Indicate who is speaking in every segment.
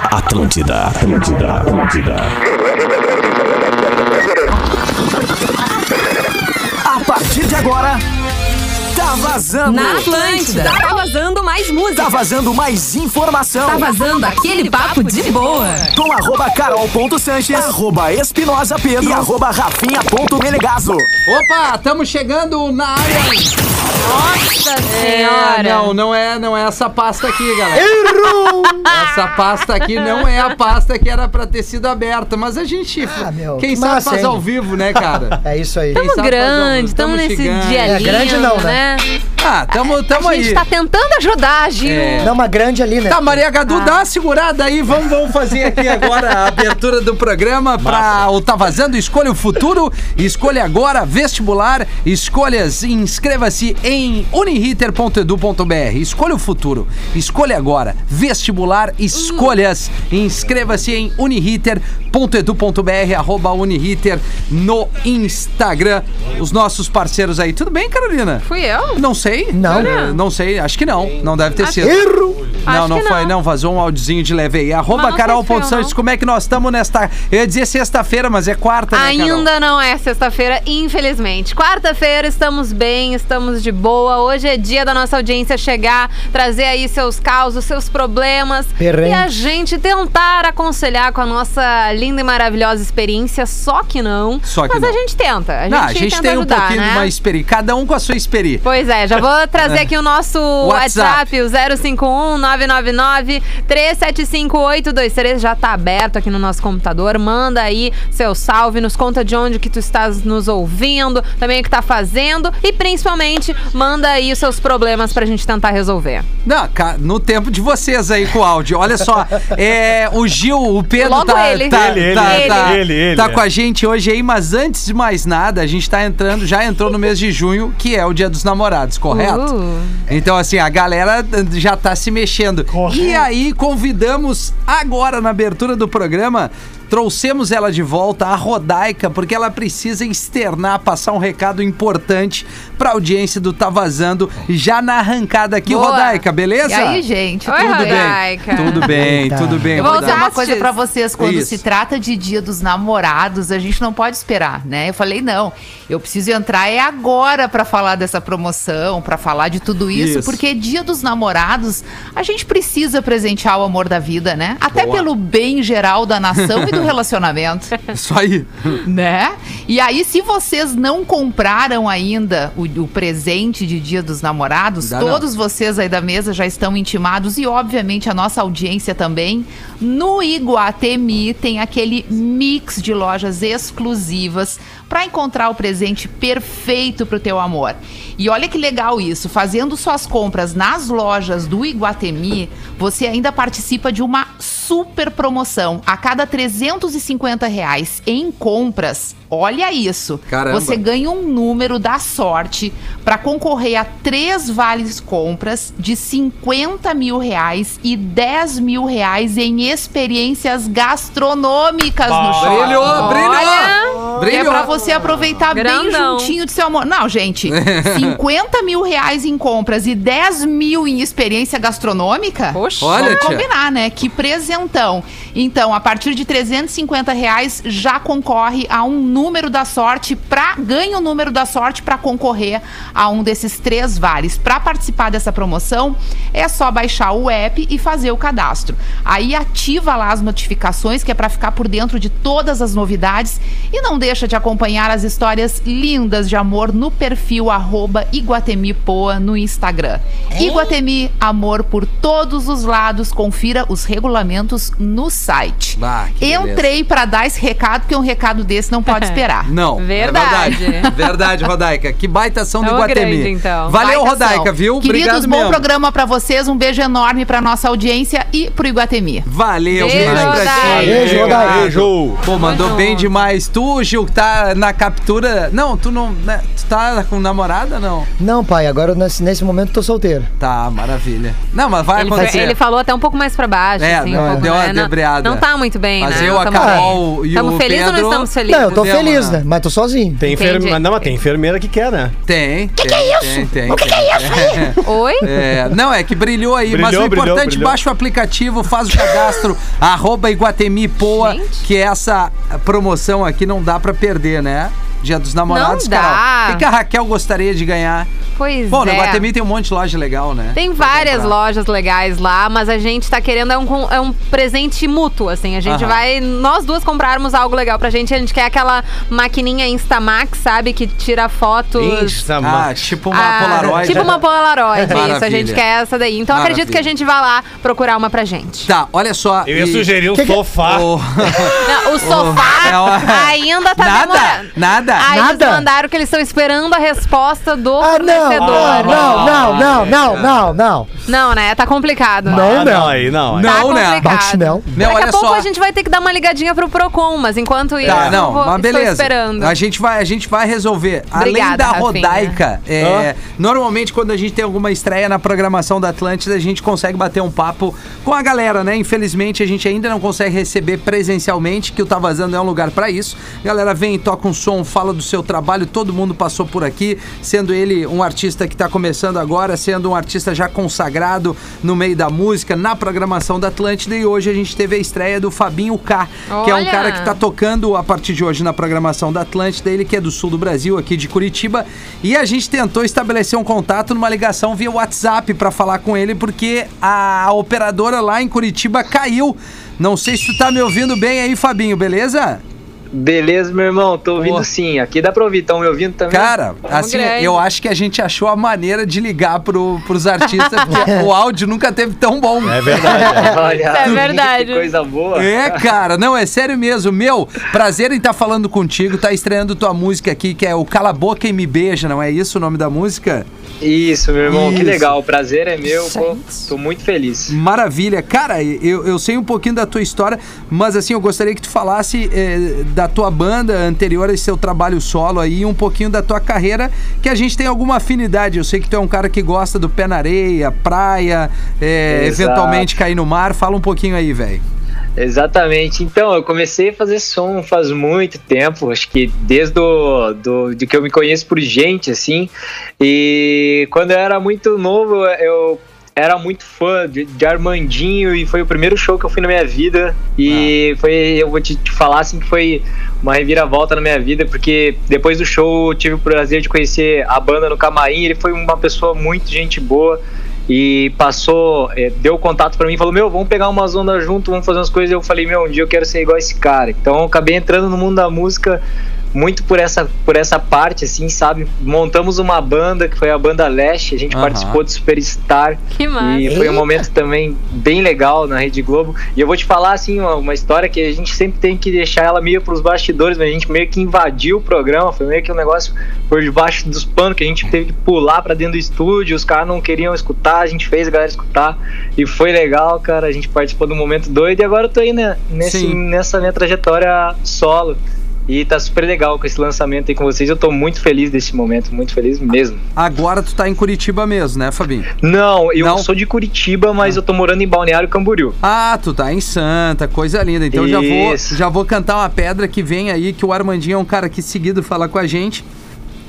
Speaker 1: Atlântida, Atlântida, Atlântida.
Speaker 2: A partir de agora, tá vazando.
Speaker 3: Na Atlântida, tá vazando mais música.
Speaker 2: Tá vazando mais informação.
Speaker 3: Tá vazando aquele papo de boa.
Speaker 2: Com arroba carol.sanches, arroba espinosa pedro e arroba rafinha.melegazo.
Speaker 4: Opa, estamos chegando na área.
Speaker 3: Nossa
Speaker 4: É,
Speaker 3: senhora.
Speaker 4: não, não é, não é essa pasta aqui, galera. Essa pasta aqui não é a pasta que era pra ter sido aberta, mas a gente,
Speaker 5: Ah, meu,
Speaker 4: quem
Speaker 5: que
Speaker 4: sabe
Speaker 5: massa,
Speaker 4: faz
Speaker 5: hein?
Speaker 4: ao vivo, né, cara?
Speaker 5: É isso aí.
Speaker 4: Quem
Speaker 3: Tamo
Speaker 4: sabe faz ao vivo,
Speaker 3: grande, tamo
Speaker 4: tamo
Speaker 3: nesse
Speaker 4: chegando.
Speaker 3: dia
Speaker 5: É,
Speaker 3: lindo,
Speaker 5: grande não, né?
Speaker 4: Ah, tamo, tamo
Speaker 3: A
Speaker 4: aí.
Speaker 3: gente tá tentando ajudar, Gil.
Speaker 4: É.
Speaker 5: Dá uma grande ali, né?
Speaker 4: Tá, Maria Gadu, dá uma segurada aí. Vamos, vamos fazer aqui agora a abertura do programa para o Tá Vazando. Escolha o futuro, escolha agora vestibular, escolhas, inscreva-se em uniriter.edu.br. Escolha o futuro, escolha agora vestibular, escolhas, inscreva-se em uniriter.edu.br, arroba uniriter no Instagram. Os nossos parceiros aí. Tudo bem, Carolina?
Speaker 3: Fui eu?
Speaker 4: Não sei.
Speaker 5: Não.
Speaker 4: Eh, Não sei, acho que não. Não deve ter
Speaker 3: Acho
Speaker 4: sido.
Speaker 5: Erro!
Speaker 3: Acho
Speaker 4: Não, não
Speaker 3: que
Speaker 4: foi,
Speaker 3: não.
Speaker 4: não. Vazou um áudiozinho de leve aí.
Speaker 3: não sei
Speaker 4: Arroba
Speaker 3: se foi ou
Speaker 4: Carol.Santos,
Speaker 3: não.
Speaker 4: como é que nós estamos nesta. Eu ia dizer sexta-feira, mas é quarta, né, Carol?
Speaker 3: Ainda não é sexta-feira, infelizmente. Quarta-feira estamos bem, estamos de boa. Hoje é dia da nossa audiência chegar, trazer aí seus causos, seus problemas
Speaker 5: Perrengue.
Speaker 3: e a gente tentar aconselhar com a nossa linda e maravilhosa experiência. Só que não.
Speaker 4: Só que
Speaker 3: Mas a
Speaker 4: não.
Speaker 3: gente tenta. A gente,
Speaker 4: Não, a gente
Speaker 3: tenta
Speaker 4: tem um
Speaker 3: ajudar,
Speaker 4: pouquinho
Speaker 3: né?
Speaker 4: de uma experi. Cada um com a sua experi.
Speaker 3: Pois é, já vou trazer aqui o nosso
Speaker 4: WhatsApp.
Speaker 3: WhatsApp, o 051 999 375823 já tá aberto aqui no nosso computador. Manda aí seu salve, nos conta de onde que tu estás nos ouvindo, também o que tá fazendo e principalmente manda aí os seus problemas pra gente tentar resolver.
Speaker 4: Não, ca- no tempo de vocês aí com o áudio. Olha só, é, o Gil, o Pedro
Speaker 3: Logo
Speaker 4: tá,
Speaker 3: ele.
Speaker 4: tá,
Speaker 3: Ele, ele,
Speaker 4: tá,
Speaker 3: ele.
Speaker 4: tá-
Speaker 6: Ele, ele,
Speaker 4: tá
Speaker 6: é.
Speaker 4: com a gente hoje aí, mas antes de mais nada, a gente tá entrando, já entrou no mês de junho, que é o dia dos namorados, correto?
Speaker 3: Uh.
Speaker 4: Então, assim, a galera já tá se mexendo. E aí, convidamos agora na abertura do programa. Trouxemos ela de volta a Rodaica, porque ela precisa externar, passar um recado importante pra audiência do Tá Vazando, já na arrancada aqui,
Speaker 7: Boa.
Speaker 4: Rodaica, beleza?
Speaker 7: E aí, gente?
Speaker 3: Oi,
Speaker 7: tudo bem?
Speaker 3: Rodaica.
Speaker 4: Tudo bem,
Speaker 5: Eita.
Speaker 4: tudo bem.
Speaker 7: Eu vou dizer
Speaker 4: Rodaica.
Speaker 7: uma coisa pra vocês. Quando
Speaker 4: Isso.
Speaker 7: se trata de dia dos namorados, a gente não pode esperar, né? Eu falei, não, eu preciso entrar é agora pra falar dessa promoção, pra falar de tudo isso,
Speaker 4: Isso.
Speaker 7: porque dia dos namorados, a gente precisa presentear o amor da vida, né? Até
Speaker 4: Boa.
Speaker 7: pelo bem geral da nação e do relacionamento.
Speaker 4: Isso aí.
Speaker 7: né? E aí, se vocês não compraram ainda o, o presente de Dia dos Namorados,
Speaker 4: Ainda não.
Speaker 7: todos vocês aí da mesa já estão intimados e, obviamente, a nossa audiência também. No Iguatemi tem aquele mix de lojas exclusivas para encontrar o presente perfeito para o teu amor. E olha que legal isso, fazendo suas compras nas lojas do Iguatemi, você ainda participa de uma super promoção. A cada 350 reais em compras, olha isso.
Speaker 4: Caramba.
Speaker 7: Você ganha um número da sorte para concorrer a três vales compras de 50 mil reais e 10 mil reais em experiências gastronômicas no shopping.
Speaker 4: Brilhou, brilhou.
Speaker 3: Olha,
Speaker 7: É
Speaker 4: Brilhou.
Speaker 7: pra você aproveitar bem
Speaker 3: Grandão.
Speaker 7: juntinho do seu amor. Não, gente, 50 mil reais em compras e 10 mil em experiência gastronômica?
Speaker 3: Poxa.
Speaker 4: Olha,
Speaker 7: Vamos
Speaker 4: tia.
Speaker 7: combinar, né? Que presentão. Então, a partir de 350 reais, já concorre a um número da sorte pra ganha o número da sorte para concorrer a um desses três vales. Para participar dessa promoção, é só baixar o app e fazer o cadastro. Aí ativa lá as notificações, que é para ficar por dentro de todas as novidades e não deixa de acompanhar as histórias lindas de amor no perfil arroba iguatemipoa no Instagram.
Speaker 4: É?
Speaker 7: Iguatemi, amor por todos os lados. Confira os regulamentos no site.
Speaker 4: Ah, que beleza.
Speaker 7: Entrei para dar esse recado, porque um recado desse não pode esperar.
Speaker 4: Não. é
Speaker 3: Verdade.
Speaker 4: verdade. Verdade, Rodaica. Que baita ação do
Speaker 3: É uma
Speaker 4: Guatemi.
Speaker 3: grande, então.
Speaker 4: Valeu,
Speaker 7: Baita ação.
Speaker 4: Rodaica, viu?
Speaker 7: Queridos,
Speaker 4: Obrigado
Speaker 7: bom
Speaker 4: mesmo.
Speaker 7: programa para vocês. Um beijo enorme para nossa audiência e pro Iguatemi.
Speaker 4: Valeu,
Speaker 3: Beijo,
Speaker 4: beijo pra
Speaker 3: Rodaica.
Speaker 4: ti.
Speaker 5: Beijo, Rodaica.
Speaker 6: Beijo.
Speaker 4: Pô, mandou
Speaker 3: Tamo
Speaker 4: bem
Speaker 3: junto.
Speaker 4: demais. Tu, Gil, que tá na captura. Não, tu não. né, Tu tá com namorada, não?
Speaker 5: Não, pai, agora nesse, nesse momento tô solteiro.
Speaker 4: Tá, maravilha. Não, mas vai
Speaker 3: Ele, foi-
Speaker 4: acontecer.
Speaker 3: ele falou até um pouco mais pra baixo,
Speaker 4: É,
Speaker 3: assim, um
Speaker 4: não,
Speaker 3: pouco,
Speaker 4: deu uma
Speaker 3: né? Não-
Speaker 4: piada.
Speaker 3: Não tá muito bem,
Speaker 4: Mas
Speaker 3: né?
Speaker 4: eu,
Speaker 3: Não
Speaker 4: a
Speaker 3: tamo
Speaker 4: Carol
Speaker 3: bem.
Speaker 4: e
Speaker 3: Tamo
Speaker 4: o
Speaker 3: felizes ou
Speaker 4: Pedro-
Speaker 3: não estamos felizes?
Speaker 5: Não, eu tô
Speaker 4: Deu uma-
Speaker 5: feliz, né? Mas tô sozinho.
Speaker 3: Entendi.
Speaker 6: Tem enfermeira. Não, mas tem enfermeira que quer, né?
Speaker 4: Tem. O que, é isso? Tem, tem, tem.
Speaker 3: Oi?
Speaker 4: É, não, é que brilhou aí, mas o
Speaker 6: Brilhou, brilhou,
Speaker 4: importante,
Speaker 6: brilhou.
Speaker 4: baixa o aplicativo, faz o cadastro, arroba Iguatemi Poa,
Speaker 3: Gente.
Speaker 4: que essa promoção aqui não dá pra perder, né? Dia dos namorados,
Speaker 3: Não dá.
Speaker 4: Carol. O que que a Raquel gostaria de ganhar?
Speaker 3: Pois
Speaker 4: Bom, no
Speaker 3: é.
Speaker 4: Iguatemi tem um monte de loja legal, né?
Speaker 3: Tem
Speaker 4: Pra
Speaker 3: várias
Speaker 4: comprar.
Speaker 3: lojas legais lá, mas a gente tá querendo é um, con- é um presente mútuo, assim. A gente
Speaker 4: Aham.
Speaker 3: vai, nós duas comprarmos algo legal pra gente. A gente quer aquela maquininha Instamax, sabe? Que tira fotos.
Speaker 6: Insta,
Speaker 4: Ah,
Speaker 6: mano.
Speaker 4: tipo uma
Speaker 3: Ah,
Speaker 4: Polaroid.
Speaker 3: Tipo
Speaker 4: né?
Speaker 3: uma Polaroid, isso. A gente
Speaker 4: Maravilha.
Speaker 3: quer essa daí. Então
Speaker 4: Maravilha.
Speaker 3: acredito que a gente vai lá procurar uma pra gente.
Speaker 4: Tá, olha só.
Speaker 6: Eu ia
Speaker 4: e-
Speaker 6: sugerir um
Speaker 5: Que que-
Speaker 6: sofá.
Speaker 4: Oh,
Speaker 3: Não, o
Speaker 4: é
Speaker 3: sofá
Speaker 4: uma-
Speaker 3: ainda tá
Speaker 4: Nada,
Speaker 3: demorando.
Speaker 4: nada,
Speaker 3: Aí
Speaker 5: nada.
Speaker 3: eles mandaram que eles estão esperando a resposta do
Speaker 5: Ah, não,
Speaker 3: fornecedor. Ah,
Speaker 5: não, não, não, não, não, não, não.
Speaker 3: Não, né? Tá complicado. né?
Speaker 5: Não,
Speaker 6: Ah,
Speaker 5: não.
Speaker 6: não, aí não. aí.
Speaker 4: Não.
Speaker 3: tá
Speaker 4: né?
Speaker 3: complicado.
Speaker 5: Bate não.
Speaker 4: Não,
Speaker 3: Daqui
Speaker 4: olha
Speaker 3: a pouco
Speaker 4: só.
Speaker 3: a gente vai ter que dar uma ligadinha pro Procon, mas enquanto isso,
Speaker 4: Tá,
Speaker 3: eu
Speaker 4: não,
Speaker 3: vou,
Speaker 4: mas beleza.
Speaker 3: estou esperando.
Speaker 4: A gente vai, a gente vai resolver. Além
Speaker 3: Obrigada,
Speaker 4: da
Speaker 3: Rafinha.
Speaker 4: rodaica, é, normalmente quando a gente tem alguma estreia na programação da Atlântida, a gente consegue bater um papo com a galera, né? Infelizmente a gente ainda não consegue receber presencialmente, que o Tá Vazando é um lugar pra isso. Galera, vem, toca um som, fala do seu trabalho, todo mundo passou por aqui, sendo ele um artista que tá começando agora, sendo um artista já consagrado no meio da música, na programação da Atlântida e hoje a gente teve a estreia do Fabinho K, que é um
Speaker 3: Olha!
Speaker 4: cara que tá tocando a partir de hoje na programação da Atlântida, ele que é do sul do Brasil, aqui de Curitiba, e a gente tentou estabelecer um contato numa ligação via WhatsApp pra falar com ele, porque a operadora lá em Curitiba caiu. Não sei se tu tá me ouvindo bem aí, Fabinho, beleza?
Speaker 8: Beleza, meu irmão, tô ouvindo
Speaker 4: Boa.
Speaker 8: sim. Aqui dá pra ouvir, estão me ouvindo também?
Speaker 4: Cara, assim,
Speaker 3: grande.
Speaker 4: eu acho que a gente achou a maneira de ligar pro, pros artistas, porque o áudio nunca teve tão bom.
Speaker 6: É verdade.
Speaker 8: olha,
Speaker 3: é verdade.
Speaker 8: Que coisa boa.
Speaker 4: É, cara, não, é sério mesmo. Meu, prazer em estar falando contigo, tá estreando tua música aqui, que é o Cala a Boca e Me Beija, não é isso o nome da música?
Speaker 8: Isso, meu irmão, que
Speaker 4: Isso.
Speaker 8: legal. O prazer é meu, pô. Tô muito feliz.
Speaker 4: Maravilha. Cara, eu, eu sei um pouquinho da tua história, mas assim, eu gostaria que tu falasse eh, da tua banda anterior a esse seu trabalho solo aí, e um pouquinho da tua carreira, que a gente tem alguma afinidade. Eu sei que tu é um cara que gosta do pé na areia, praia, eh,
Speaker 8: Exato.
Speaker 4: eventualmente cair no mar. Fala um pouquinho aí, velho.
Speaker 8: Exatamente. Então, eu comecei a fazer som faz muito tempo, acho que desde do, do, de que eu me conheço por gente, assim. E quando eu era muito novo, eu era muito fã de, de Armandinho e foi o primeiro show que eu fui na minha vida. E foi, eu vou te, te falar assim que foi uma reviravolta na minha vida, porque depois do show eu tive o prazer de conhecer a banda no Camarim. Ele foi uma pessoa muito gente boa e passou, eh, deu contato pra mim, falou: Meu, vamos pegar umas ondas junto, vamos fazer umas coisas. Eu falei: Meu, um dia eu quero ser igual esse cara. Então eu acabei entrando no mundo da música muito por essa, por essa parte, assim, sabe? Montamos uma banda que foi a Banda Leste, a gente
Speaker 4: Aham.
Speaker 8: participou do Superstar.
Speaker 3: Que massa.
Speaker 8: E foi um momento também bem legal na Rede Globo. E eu vou te falar, assim, uma, uma história que a gente sempre tem que deixar ela meio pros bastidores, mas a gente meio que invadiu o programa, foi meio que um negócio por debaixo dos panos, que a gente teve que pular pra dentro do estúdio, os caras não queriam escutar, a gente fez a galera escutar, e foi legal, cara, a gente participou de um momento doido, e agora eu tô aí, né, nesse,
Speaker 4: Sim.
Speaker 8: nessa minha trajetória solo. E tá super legal com esse lançamento aí com vocês. Eu tô muito feliz desse momento, muito feliz mesmo.
Speaker 4: Agora tu tá em Curitiba mesmo, né, Fabinho?
Speaker 8: Não, eu
Speaker 4: Não?
Speaker 8: sou de Curitiba, mas eu tô morando em Balneário Camboriú.
Speaker 4: Ah, tu tá em Santa, coisa linda. Então já vou,
Speaker 8: Isso.
Speaker 4: já vou cantar uma pedra que vem aí, que o Armandinho é um cara que seguido fala com a gente.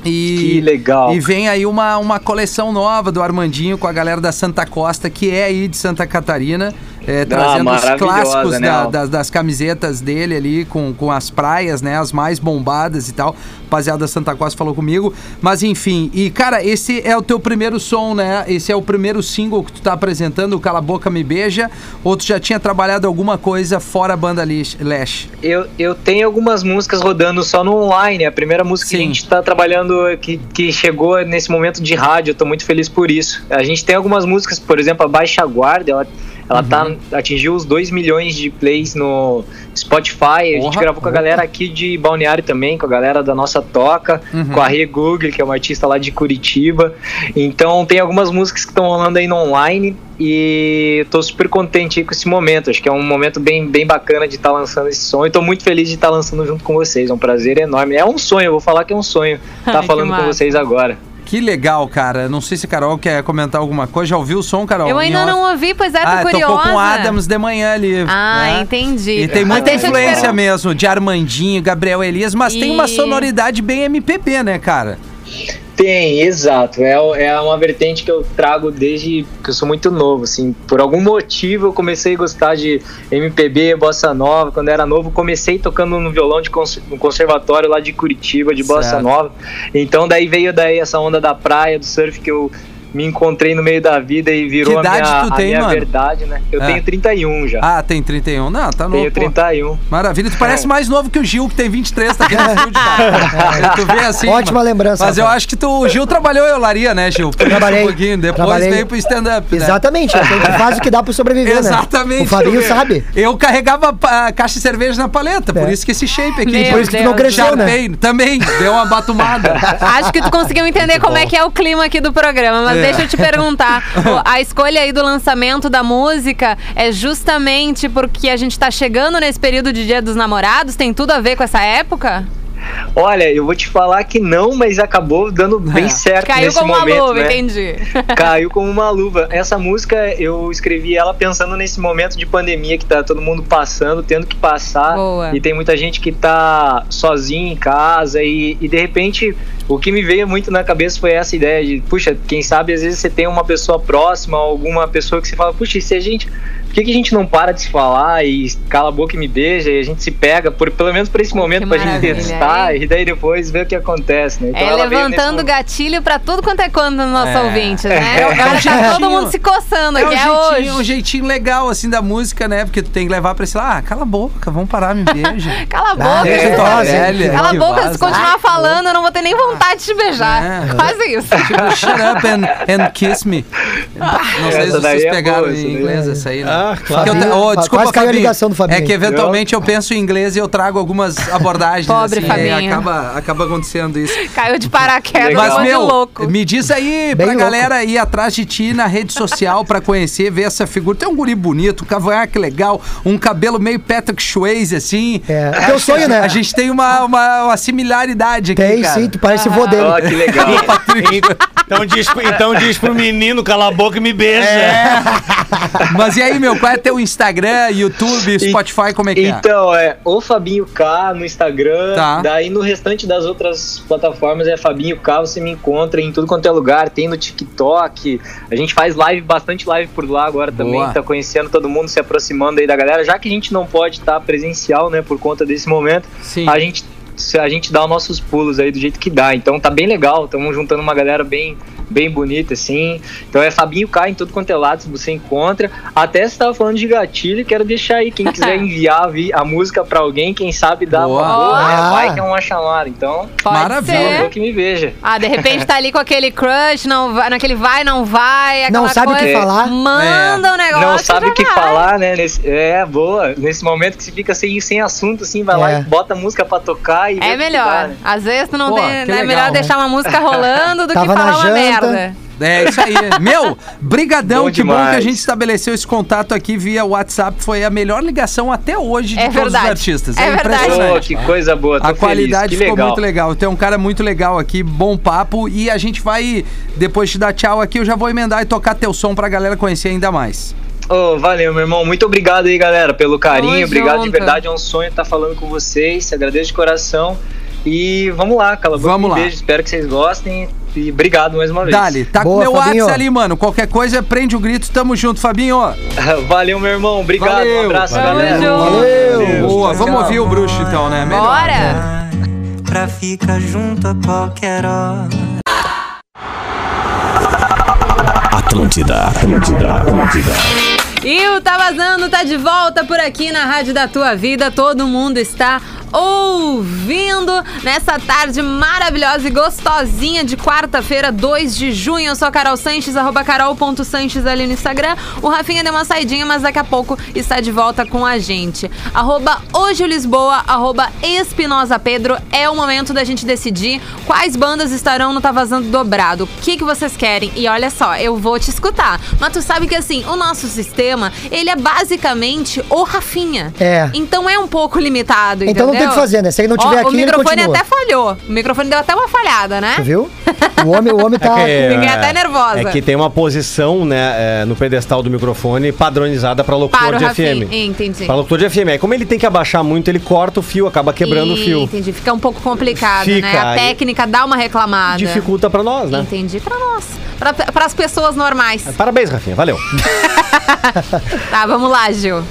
Speaker 4: E,
Speaker 8: Que legal.
Speaker 4: E vem aí uma, uma coleção nova do Armandinho com a galera da Santa Costa, que é aí de Santa Catarina, é, trazendo os
Speaker 8: maravilhosa,
Speaker 4: clássicos
Speaker 8: né,
Speaker 4: da-
Speaker 8: Al?
Speaker 4: das, das camisetas dele ali, com, com as praias, né? As mais bombadas e tal. Rapaziada da Santa Costa falou comigo. Mas enfim, e cara, esse é o teu primeiro som, né? Esse é o primeiro single que tu tá apresentando, o Cala a Boca Me Beija. Ou tu já tinha trabalhado alguma coisa fora a banda Lish- Lash?
Speaker 8: Eu, eu tenho algumas músicas rodando só no online. A primeira música que
Speaker 4: Sim.
Speaker 8: a gente tá trabalhando, é que, que chegou nesse momento de rádio, eu tô muito feliz por isso. A gente tem algumas músicas, por exemplo, a Baixa Guarda, ela, ela tá, atingiu os 2 milhões de plays no Spotify. A gente
Speaker 4: Porra,
Speaker 8: gravou com a galera aqui de Balneário também, com a galera da nossa toca, com a Rê Google, que é uma artista lá de Curitiba. Então tem algumas músicas que estão rolando aí no online e eu tô super contente aí com esse momento. Acho que é um momento bem, bem bacana de estar lançando esse som. E tô muito feliz de tá estar lançando junto com vocês. É um prazer enorme. É um sonho, eu vou falar que é um sonho estar
Speaker 3: Ai, que
Speaker 8: falando com
Speaker 3: massa.
Speaker 8: vocês agora.
Speaker 4: Que legal, cara. Não sei se a Carol quer comentar alguma coisa. Já ouviu o som, Carol?
Speaker 3: Eu ainda
Speaker 4: Em
Speaker 3: não
Speaker 4: off?
Speaker 3: ouvi, pois é, tô
Speaker 4: Ah,
Speaker 3: curiosa.
Speaker 4: tocou com Adams de manhã ali.
Speaker 3: Ah,
Speaker 4: né?
Speaker 3: entendi.
Speaker 4: E tem
Speaker 3: Mas
Speaker 4: muita
Speaker 3: deixa eu te
Speaker 4: influência
Speaker 3: perguntar-
Speaker 4: mesmo de Armandinho, Gabriel Elias, mas tem uma
Speaker 3: E-
Speaker 4: sonoridade bem MPB, né, cara?
Speaker 8: Tem, exato. É, o- é uma vertente que eu trago desde que eu sou muito novo, assim. Por algum motivo eu comecei a gostar de MPB, bossa nova. Quando eu era novo, comecei tocando no violão de cons- no conservatório lá de Curitiba, de bossa
Speaker 4: Certo.
Speaker 8: nova. Então daí veio daí essa onda da praia, do surf que eu me encontrei no meio da vida e virou
Speaker 4: Que
Speaker 8: a
Speaker 4: idade
Speaker 8: minha,
Speaker 4: tu
Speaker 8: a
Speaker 4: tem,
Speaker 8: minha
Speaker 4: mano?
Speaker 8: verdade, né? Eu
Speaker 4: Ah.
Speaker 8: tenho 31 já.
Speaker 4: Ah, tem 31. Não, tá novo.
Speaker 8: tenho
Speaker 4: pô.
Speaker 8: 31.
Speaker 4: Maravilha. Tu parece mais novo que o Gil, que tem 23, tá aqui no estúdio, cara. tu vê assim.
Speaker 5: Ótima
Speaker 4: mano.
Speaker 5: lembrança,
Speaker 4: Mas eu
Speaker 5: Rafael.
Speaker 4: acho que tu, o Gil trabalhou em olaria, né, Gil? Por isso
Speaker 5: Trabalhei,
Speaker 4: Um pouquinho. Depois
Speaker 5: trabalhei.
Speaker 4: veio pro stand-up. né?
Speaker 5: Exatamente, a gente faz o que dá pra sobreviver,
Speaker 4: Exatamente.
Speaker 5: né? O Fabinho
Speaker 4: eu-
Speaker 5: sabe.
Speaker 4: Eu carregava a caixa de cerveja na paleta, por
Speaker 5: É.
Speaker 4: isso que esse shape aqui.
Speaker 3: Meu
Speaker 5: Por isso que tu
Speaker 3: Deus.
Speaker 5: não cresceu, né?
Speaker 4: Charpei, também, deu uma batumada.
Speaker 3: Acho que tu conseguiu entender como é que é o clima aqui do programa, mas
Speaker 4: tá? É.
Speaker 3: deixa eu te perguntar. o- A escolha aí do lançamento da música é justamente porque a gente tá chegando nesse período de Dia dos Namorados? Tem tudo a ver com essa época?
Speaker 8: Olha, eu vou te falar que não, mas acabou dando bem
Speaker 4: É.
Speaker 8: certo
Speaker 3: Caiu
Speaker 8: nesse
Speaker 3: como uma
Speaker 8: momento,
Speaker 3: luva,
Speaker 8: né?
Speaker 3: entendi.
Speaker 8: Caiu como uma luva. Essa música eu escrevi ela pensando nesse momento de pandemia que tá todo mundo passando, tendo que passar.
Speaker 3: Boa.
Speaker 8: E tem muita gente que tá sozinha em casa e, e, de repente o que me veio muito na cabeça foi essa ideia de, puxa, quem sabe às vezes você tem uma pessoa próxima, alguma pessoa que você fala, puxa, e se a gente. Por que, que a gente não para de se falar e cala a boca e me beija e a gente se pega, por, pelo menos por esse momento, pra gente
Speaker 3: maravilha,
Speaker 8: testar
Speaker 3: hein?
Speaker 8: e daí depois ver o que acontece, né?
Speaker 4: Então
Speaker 3: é
Speaker 8: ela veio nesse
Speaker 3: levantando
Speaker 8: momento.
Speaker 3: gatilho pra tudo quanto é quanto no nosso
Speaker 4: É.
Speaker 3: ouvinte, né?
Speaker 4: É, é um
Speaker 3: Agora tá
Speaker 4: jeitinho.
Speaker 3: todo mundo se coçando
Speaker 4: É um,
Speaker 3: aqui, é hoje.
Speaker 4: jeitinho, um jeitinho legal, assim, da música, né? Porque tu tem que levar pra esse lá, ah, cala a boca, vamos parar, me beija.
Speaker 3: Cala a boca,
Speaker 5: deixa
Speaker 3: gente.
Speaker 5: eu falar,
Speaker 3: Cala a
Speaker 5: né?
Speaker 3: boca, se
Speaker 4: continuar
Speaker 3: continuar falando, eu não vou ter nem vontade de te beijar.
Speaker 4: É.
Speaker 3: Quase isso.
Speaker 4: Shut up and, and kiss me. Não sei
Speaker 8: Essa
Speaker 4: se
Speaker 8: daí
Speaker 4: vocês
Speaker 8: é
Speaker 4: pegaram
Speaker 8: boa, essa
Speaker 4: em
Speaker 8: daí.
Speaker 4: inglês essa aí, né?
Speaker 6: Ah, claro.
Speaker 4: Que eu te-
Speaker 5: Fabinho,
Speaker 4: oh,
Speaker 5: fa-
Speaker 4: desculpa,
Speaker 5: quase caiu a
Speaker 4: Fabinho.
Speaker 5: ligação do Fabinho.
Speaker 4: É que eventualmente eu penso em inglês e eu trago algumas abordagens.
Speaker 3: Pobre
Speaker 4: assim,
Speaker 3: Fabinho.
Speaker 4: aí acaba, acaba acontecendo isso.
Speaker 3: Caiu de paraquedas,
Speaker 8: Legal.
Speaker 4: Mas,
Speaker 3: um
Speaker 8: Mas,
Speaker 3: monte de
Speaker 4: meu,
Speaker 3: louco.
Speaker 4: me diz aí
Speaker 5: Bem
Speaker 4: pra
Speaker 5: louco.
Speaker 4: galera ir atrás de ti na rede social pra conhecer, ver essa figura. Tem um guri bonito, um cavanhaque legal, um cabelo meio Patrick Swayze, assim.
Speaker 5: É, é teu sonho, né?
Speaker 4: A gente tem uma, uma, uma similaridade aqui,
Speaker 5: Tem
Speaker 4: cara.
Speaker 5: sim, tu parece vô dele.
Speaker 3: Ah.
Speaker 8: Ó, que legal.
Speaker 6: Então diz, então diz pro menino, cala a boca e me beija.
Speaker 3: É,
Speaker 4: Mas e aí, meu, qual é teu Instagram, YouTube, Spotify, como é que é?
Speaker 8: Então, é o Fabinho K no Instagram.
Speaker 4: Tá.
Speaker 8: Daí no restante das outras plataformas é Fabinho K, você me encontra em tudo quanto é lugar, tem no TikTok. A gente faz live, bastante live por lá agora
Speaker 4: Boa.
Speaker 8: também. Tá conhecendo todo mundo, se aproximando aí da galera. Já que a gente não pode estar presencial, né, por conta desse momento,
Speaker 4: Sim.
Speaker 8: a gente a gente dá os nossos pulos aí do jeito que dá. Então tá bem legal, estamos juntando uma galera bem bem bonita assim. Então é Fabinho K em tudo quanto é lado, se você encontra. Até você tava falando de gatilho, quero deixar aí quem quiser enviar a, vi- a música pra alguém, quem sabe dá
Speaker 4: Boa.
Speaker 8: uma boa, né?
Speaker 5: Ah.
Speaker 8: vai que é uma chamada. Então,
Speaker 3: Pode
Speaker 4: maravilha.
Speaker 8: é bom
Speaker 3: ser.
Speaker 8: que me veja.
Speaker 3: Ah, de repente tá ali com aquele crush, não vai, naquele vai, não vai, aquela
Speaker 5: Não sabe o que
Speaker 3: coisa.
Speaker 5: falar.
Speaker 3: Manda
Speaker 4: É.
Speaker 3: um negócio.
Speaker 8: Não sabe o
Speaker 3: já
Speaker 8: que
Speaker 3: vai.
Speaker 8: falar, né? Nesse- é, boa. Nesse momento que você fica sem, sem assunto, assim, vai lá
Speaker 5: É.
Speaker 8: e bota a música pra tocar e. vê o
Speaker 3: É
Speaker 8: que dá,
Speaker 3: melhor.
Speaker 8: né?
Speaker 3: Às vezes tu não
Speaker 4: Pô,
Speaker 3: tem.
Speaker 4: que
Speaker 3: né, É
Speaker 4: legal,
Speaker 3: melhor
Speaker 4: né?
Speaker 3: deixar uma música rolando do
Speaker 5: Tava
Speaker 3: que
Speaker 5: na
Speaker 3: falar uma
Speaker 5: janta.
Speaker 3: merda.
Speaker 4: É isso aí. Meu, brigadão,
Speaker 8: Bom
Speaker 4: que bom que a
Speaker 8: demais.
Speaker 4: gente estabeleceu esse contato aqui via WhatsApp. Foi a melhor ligação até hoje de
Speaker 3: É
Speaker 4: todos
Speaker 3: verdade.
Speaker 4: os artistas.
Speaker 3: É verdade.
Speaker 8: Pô, que coisa boa. Tô
Speaker 4: A qualidade
Speaker 8: feliz, que
Speaker 4: ficou
Speaker 8: legal.
Speaker 4: muito legal. Tem um cara muito legal aqui, bom papo. E a gente vai, depois de dar tchau aqui, eu já vou emendar e tocar teu som pra galera conhecer ainda mais.
Speaker 8: Ô, valeu, meu irmão. Muito obrigado aí, galera, pelo carinho.
Speaker 3: Tamo
Speaker 8: obrigado
Speaker 3: junto.
Speaker 8: de verdade. É um sonho estar falando com vocês. Agradeço de coração. E vamos lá, cala a boca.
Speaker 4: Vamos
Speaker 8: um
Speaker 4: lá.
Speaker 8: Beijo, espero que vocês gostem. E obrigado mais uma vez.
Speaker 4: Dali, tá com
Speaker 5: Boa,
Speaker 4: meu
Speaker 5: Fabinho.
Speaker 4: WhatsApp ali, mano. Qualquer coisa, prende o grito. Tamo junto, Fabinho.
Speaker 8: Valeu, meu irmão. Obrigado.
Speaker 4: Valeu.
Speaker 8: Um abraço,
Speaker 3: Tamo
Speaker 8: galera.
Speaker 3: junto.
Speaker 4: Boa, vamos ouvir o bruxo então, né? Melhor.
Speaker 3: Bora!
Speaker 9: pra ficar junto a qualquer hora.
Speaker 1: Atlântida, Atlântida, Atlântida.
Speaker 3: E o Tá Vazando tá de volta por aqui na Rádio da Tua Vida. Todo mundo está ouvindo nessa tarde maravilhosa e gostosinha de quarta-feira, 2 de junho. Eu sou a Carol Sanches, arroba carol.sanches ali no Instagram. O Rafinha deu uma saidinha, mas daqui a pouco está de volta com a gente. Arroba hoje Lisboa, arroba Espinosa Pedro. É o momento da gente decidir quais bandas estarão no Tá Vazando Dobrado. O que, que vocês querem? E olha só, eu vou te escutar. Mas tu sabe que assim, o nosso sistema, ele é basicamente o Rafinha.
Speaker 5: É.
Speaker 3: Então é um pouco limitado,
Speaker 5: Então não tem que fazer, né? Se ele não
Speaker 3: Ó,
Speaker 5: tiver
Speaker 3: o
Speaker 5: aqui, ele
Speaker 3: microfone
Speaker 5: continua.
Speaker 3: até falhou. O microfone deu até uma falhada, né?
Speaker 5: Tu viu? O homem, o homem tá.
Speaker 3: Fiquei até nervosa.
Speaker 6: É que tem uma posição, né, é, no pedestal do microfone padronizada pra locutor
Speaker 3: Para o
Speaker 6: de
Speaker 3: Rafinha.
Speaker 6: FM.
Speaker 3: Entendi.
Speaker 6: Pra locutor de FM. Aí como ele tem que abaixar muito, ele corta o fio, acaba quebrando
Speaker 3: Ih,
Speaker 6: o fio.
Speaker 3: Entendi. Fica um pouco complicado,
Speaker 6: Fica,
Speaker 3: né? A
Speaker 6: aí-
Speaker 3: técnica dá uma reclamada.
Speaker 6: Dificulta pra nós, né?
Speaker 3: Entendi. Pra nós. Pra, pra as pessoas normais.
Speaker 5: tá.
Speaker 6: Parabéns, Rafinha. Valeu.
Speaker 3: Tá, vamos lá, Gil.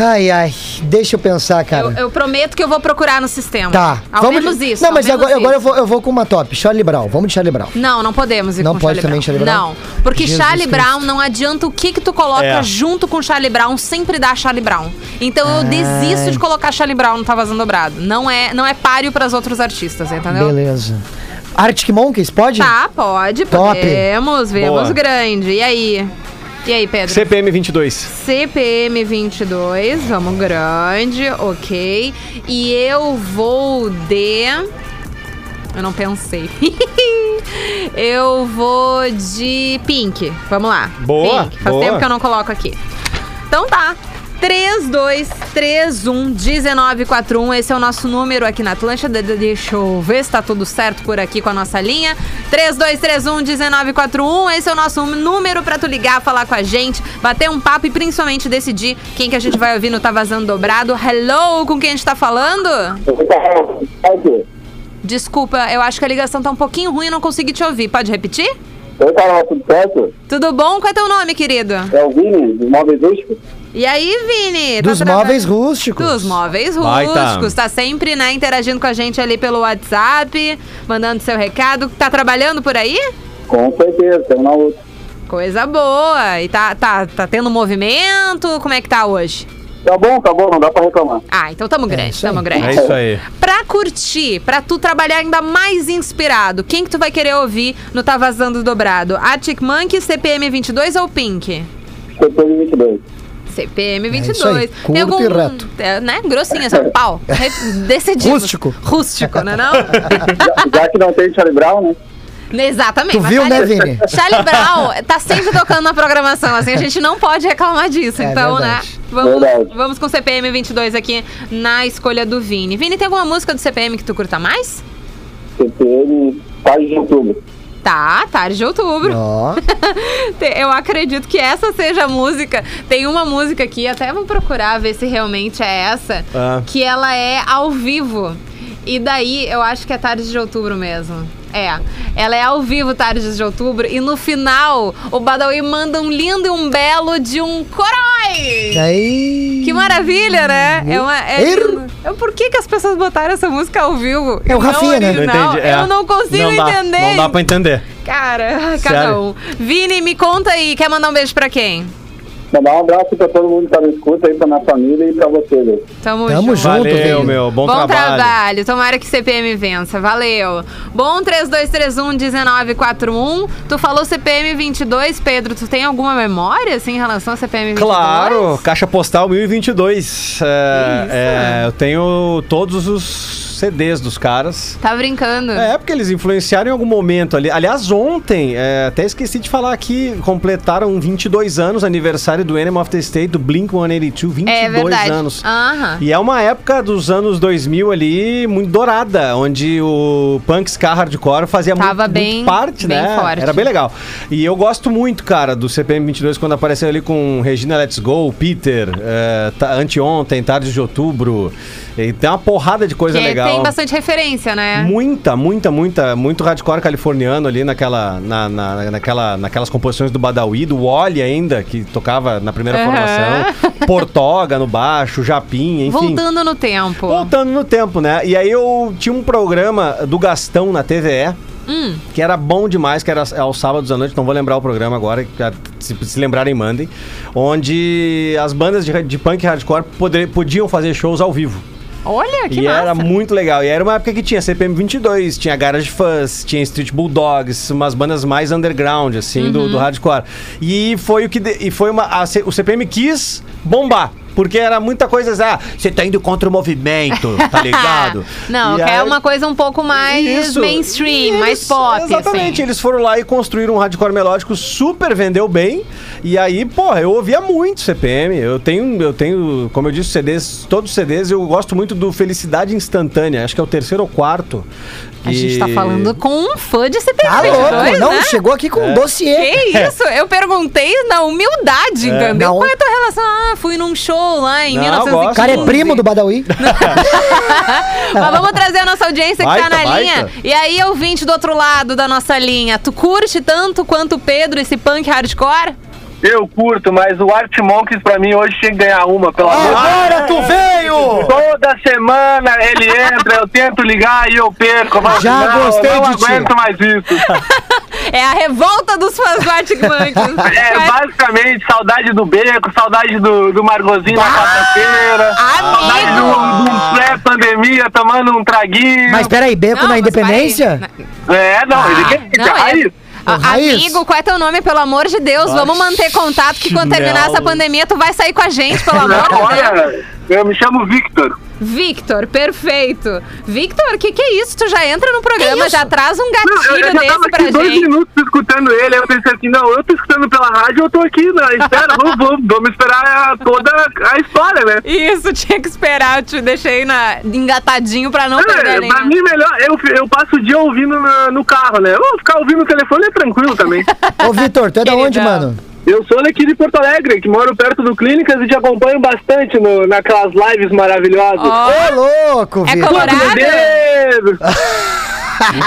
Speaker 5: Ai, ai. Deixa eu pensar,
Speaker 3: Eu,
Speaker 5: cara.
Speaker 3: eu prometo que eu vou procurar no sistema.
Speaker 5: Tá.
Speaker 3: Ao
Speaker 5: vamos
Speaker 3: menos
Speaker 5: de-
Speaker 3: isso.
Speaker 5: Não,
Speaker 3: ao
Speaker 5: mas
Speaker 3: menos
Speaker 5: agora, agora eu,
Speaker 3: isso.
Speaker 5: vou, eu vou com uma top. Charlie Brown. Vamos de Charlie Brown.
Speaker 3: Não, não podemos ir
Speaker 5: Não
Speaker 3: com
Speaker 5: pode também Charlie Brown?
Speaker 3: Não, porque
Speaker 5: Jesus
Speaker 3: Charlie
Speaker 5: Cristo.
Speaker 3: Brown não adianta o que que tu coloca
Speaker 6: É.
Speaker 3: junto com Charlie Brown, sempre dá Charlie Brown. Então eu desisto de colocar Charlie Brown no Tá Vazando Dobrado. Não é, não é páreo pras outros artistas, entendeu?
Speaker 5: Beleza. Arctic Monkeys, pode?
Speaker 3: Tá, pode,
Speaker 5: Top.
Speaker 3: podemos, vemos
Speaker 6: Boa.
Speaker 3: grande. E aí? E aí, Pedro?
Speaker 6: CPM 22.
Speaker 3: CPM 22, vamos grande, ok. E eu vou de. Eu não pensei. eu vou de pink. Vamos lá.
Speaker 6: Boa,
Speaker 3: Pink. Faz
Speaker 6: boa.
Speaker 3: tempo que eu não coloco aqui. Então tá. 32311941, esse é o nosso número aqui na Atlântida. De- Deixa eu ver se tá tudo certo por aqui com a nossa linha. 32311941, esse é o nosso número pra tu ligar, falar com a gente, bater um papo e principalmente decidir quem que a gente vai ouvir no Tá Vazando Dobrado. Hello, com quem a gente tá falando? Desculpa, eu acho que a ligação tá um pouquinho ruim, eu não consegui te ouvir. Pode repetir?
Speaker 10: Oi, Carol, tudo certo?
Speaker 3: Tudo bom? Qual é teu nome, querido?
Speaker 10: É o Vini, do Móveis Rústicos?
Speaker 3: E aí, Vini?
Speaker 5: Dos
Speaker 3: traba-
Speaker 5: móveis rústicos.
Speaker 3: Dos móveis
Speaker 6: Baita.
Speaker 3: rústicos. Tá sempre, né, interagindo com a gente ali pelo WhatsApp, mandando seu recado. Tá trabalhando por aí?
Speaker 10: Com certeza, estamos na luta.
Speaker 3: Coisa boa. E tá, tá, tá tendo movimento? Como é que tá hoje?
Speaker 10: Tá bom, tá bom, não dá pra reclamar.
Speaker 3: Ah, então tamo grande,
Speaker 5: isso aí.
Speaker 3: tamo
Speaker 6: É
Speaker 3: grande.
Speaker 6: isso aí.
Speaker 3: Pra curtir, pra tu trabalhar ainda mais inspirado, quem que tu vai querer ouvir no Tá Vazando Dobrado? Arctic Monkey, CPM 22 ou Pink?
Speaker 10: Depois de 22.
Speaker 3: CPM 22.
Speaker 5: É isso aí,
Speaker 3: Tem
Speaker 5: curto
Speaker 3: algum-
Speaker 5: e reto.
Speaker 3: é, né? Grossinho, assim, pau. Re- Decidimos.
Speaker 5: Rústico.
Speaker 3: Rústico, não é não?
Speaker 10: Já, já que não tem Charlie Brown, né?
Speaker 3: Exatamente.
Speaker 5: Tu
Speaker 3: mas
Speaker 5: viu, né,
Speaker 3: Charlie-
Speaker 5: Vini?
Speaker 3: Charlie Brown tá sempre tocando na programação, assim, a gente não pode reclamar disso.
Speaker 5: É
Speaker 3: então,
Speaker 5: verdade.
Speaker 3: né? Vamos,
Speaker 10: Verdade.
Speaker 3: vamos com CPM 22 aqui na escolha do Vini. Vini, tem alguma música do CPM que tu curta mais?
Speaker 10: CPM, quase de outubro.
Speaker 3: Tá, tarde de outubro.
Speaker 5: Ó.
Speaker 3: Te- Eu acredito que essa seja a música. Tem uma música aqui, até vou procurar ver se realmente é essa,
Speaker 6: Ah.
Speaker 3: que ela é ao vivo. E daí, eu acho que é tarde de outubro mesmo. É, ela é ao vivo tarde de outubro e no final o Badawi manda um lindo e um belo de um corói.
Speaker 5: E aí.
Speaker 3: Que maravilha, né? É uma, é,
Speaker 5: Er-
Speaker 3: Eu- por que, que as pessoas botaram essa música ao vivo?
Speaker 5: É o
Speaker 3: E não
Speaker 5: Rafinha, né?
Speaker 6: Não
Speaker 3: original?
Speaker 6: entendi.
Speaker 3: Eu não consigo
Speaker 6: dá,
Speaker 3: entender.
Speaker 6: Não dá pra entender.
Speaker 3: Cara, ai, cada
Speaker 6: Sério?
Speaker 3: um. Vini, me conta aí, quer mandar um beijo pra quem?
Speaker 10: Mandar um abraço pra todo mundo que tá no escuta aí, pra minha família e pra vocês. aí.
Speaker 3: Tamo,
Speaker 5: Tamo junto,
Speaker 6: Valeu,
Speaker 5: Vini.
Speaker 6: meu. Bom, trabalho.
Speaker 3: Tomara que CPM vença. Valeu. Bom 3231-1941. Tu falou CPM 22, Pedro. Tu tem alguma memória, assim, em relação a CPM 22?
Speaker 6: Claro, caixa postal 1022. É, é, eu tenho todos os CDs dos caras.
Speaker 3: Tá brincando.
Speaker 6: É, porque eles influenciaram em algum momento ali. Aliás, ontem, é, até esqueci de falar aqui, completaram 22 anos, aniversário do Animal of the State, do Blink-182, 22
Speaker 3: É verdade.
Speaker 6: anos.
Speaker 3: Aham.
Speaker 6: E é uma época dos anos 2000 ali muito dourada, onde o punk ska hardcore fazia
Speaker 3: Tava
Speaker 6: muito,
Speaker 3: bem-
Speaker 6: muito parte,
Speaker 3: bem
Speaker 6: né?
Speaker 3: forte.
Speaker 6: Era bem legal. E eu gosto muito, cara, do CPM 22 quando apareceu ali com Regina Let's Go, Peter, eh, ta- anteontem, tarde de outubro. E tem uma porrada de coisa
Speaker 3: Que é,
Speaker 6: legal.
Speaker 3: Tem bastante referência, né?
Speaker 6: Muita, muita, muita, muito hardcore californiano ali naquela, na, na- naquela, naquelas composições do Badawi, do Wally ainda, que tocava na primeira
Speaker 3: Aham.
Speaker 6: formação, Portoga no baixo, Japim, enfim.
Speaker 3: Voltando no tempo.
Speaker 6: Voltando no tempo, né? E aí eu tinha um programa do Gastão na TVE. Que era bom demais, que era aos sábados à noite, não vou lembrar o programa agora, que, ah, se, se lembrarem, mandem. Onde as bandas de, de punk e hardcore poder- podiam fazer shows ao vivo.
Speaker 3: Olha, É, que
Speaker 6: e
Speaker 3: massa.
Speaker 6: era muito legal. E era uma época que tinha CPM 22, tinha Garage Fuzz, tinha Street Bulldogs, umas bandas mais underground,
Speaker 3: Uhum.
Speaker 6: assim, do, do hardcore. E foi o que. de- e foi uma. a C- o CPM quis bombar. Porque era muita coisa, assim, ah, você tá indo contra o movimento, tá ligado?
Speaker 3: Não,
Speaker 6: E
Speaker 3: quer
Speaker 6: aí-
Speaker 3: uma coisa um pouco mais
Speaker 6: Isso.
Speaker 3: mainstream,
Speaker 6: Eles-
Speaker 3: mais pop.
Speaker 6: Exatamente.
Speaker 3: assim.
Speaker 6: Eles foram lá e construíram um hardcore melódico, super vendeu bem. E aí, porra, eu ouvia muito CPM. Eu tenho, eu tenho, como eu disse, CDs, todos os CDs, eu gosto muito do Felicidade Instantânea. Acho que é o terceiro ou quarto.
Speaker 3: A gente tá
Speaker 6: E-
Speaker 3: falando com um fã de CPM
Speaker 5: Tá louco?
Speaker 3: 22,
Speaker 5: Não,
Speaker 3: né?
Speaker 5: chegou aqui
Speaker 10: É.
Speaker 5: com um dossiê.
Speaker 3: Que isso? Eu perguntei na humildade, entendeu?
Speaker 5: Na
Speaker 3: Qual é
Speaker 5: on-
Speaker 3: a tua relação? Ah, fui num show lá em
Speaker 5: O
Speaker 6: Não,
Speaker 3: 1915.
Speaker 5: cara é primo do Badawi.
Speaker 3: Mas vamos trazer a nossa audiência que tá
Speaker 6: Baita,
Speaker 3: na linha.
Speaker 6: baita.
Speaker 3: E aí, ouvinte do outro lado da nossa linha, tu curte tanto quanto o Pedro esse punk hardcore?
Speaker 10: Eu curto, mas o Art Monkeys pra mim hoje tinha que ganhar uma, pelo amor de Deus.
Speaker 6: Agora tu veio!
Speaker 10: Toda semana ele entra, eu tento ligar e eu perco. Mas
Speaker 5: Já
Speaker 10: não,
Speaker 5: gostei
Speaker 10: não
Speaker 5: de ti.
Speaker 10: aguento mais isso.
Speaker 3: É a revolta dos fãs do Arctic Monkeys.
Speaker 10: É basicamente saudade do beco, saudade do, do Margozinho na quarta-feira. Saudade de um, de um pré-pandemia, tomando um traguinho.
Speaker 5: Mas peraí, Beco
Speaker 3: Não,
Speaker 5: na
Speaker 3: mas
Speaker 5: Independência?
Speaker 3: peraí.
Speaker 10: É, não, ele quer
Speaker 3: Não, é-
Speaker 10: raiz.
Speaker 3: Ah,
Speaker 5: Raiz.
Speaker 3: Amigo, qual é teu nome, pelo amor de Deus? Vamos manter contato que quando terminar
Speaker 6: Marshmallow.
Speaker 3: essa pandemia, tu vai sair com a gente, pelo amor
Speaker 10: Não,
Speaker 3: de Deus.
Speaker 10: olha, eu me chamo Victor.
Speaker 3: Victor, perfeito. Victor, o que, que é isso? Tu já entra no programa, já traz um
Speaker 10: Não, eu,
Speaker 3: gatilho
Speaker 10: eu já tava
Speaker 3: desse pra
Speaker 10: aqui
Speaker 3: gente.
Speaker 10: dois minutos escutando ele, aí eu pensei assim, não, eu tô escutando pela rádio, eu tô aqui, né? Espera, vamos, vamos, vamos esperar a- toda a história, né?
Speaker 3: Isso, tinha que esperar, eu te deixei na, engatadinho pra não perder a
Speaker 10: É,
Speaker 3: linha.
Speaker 10: pra mim, melhor, eu, fi- eu passo o dia ouvindo na- no carro, né? Eu vou ficar ouvindo o telefone é tranquilo também.
Speaker 5: Ô, Vitor, tu é da onde,
Speaker 3: Queridão.
Speaker 5: mano?
Speaker 10: Eu sou daqui de Porto Alegre, que moro perto do Clínicas e te acompanho bastante no, naquelas lives maravilhosas.
Speaker 3: Ó,
Speaker 5: Ô, louco,
Speaker 3: é
Speaker 5: Vitor.
Speaker 10: Meu
Speaker 3: colorado?
Speaker 10: Deus!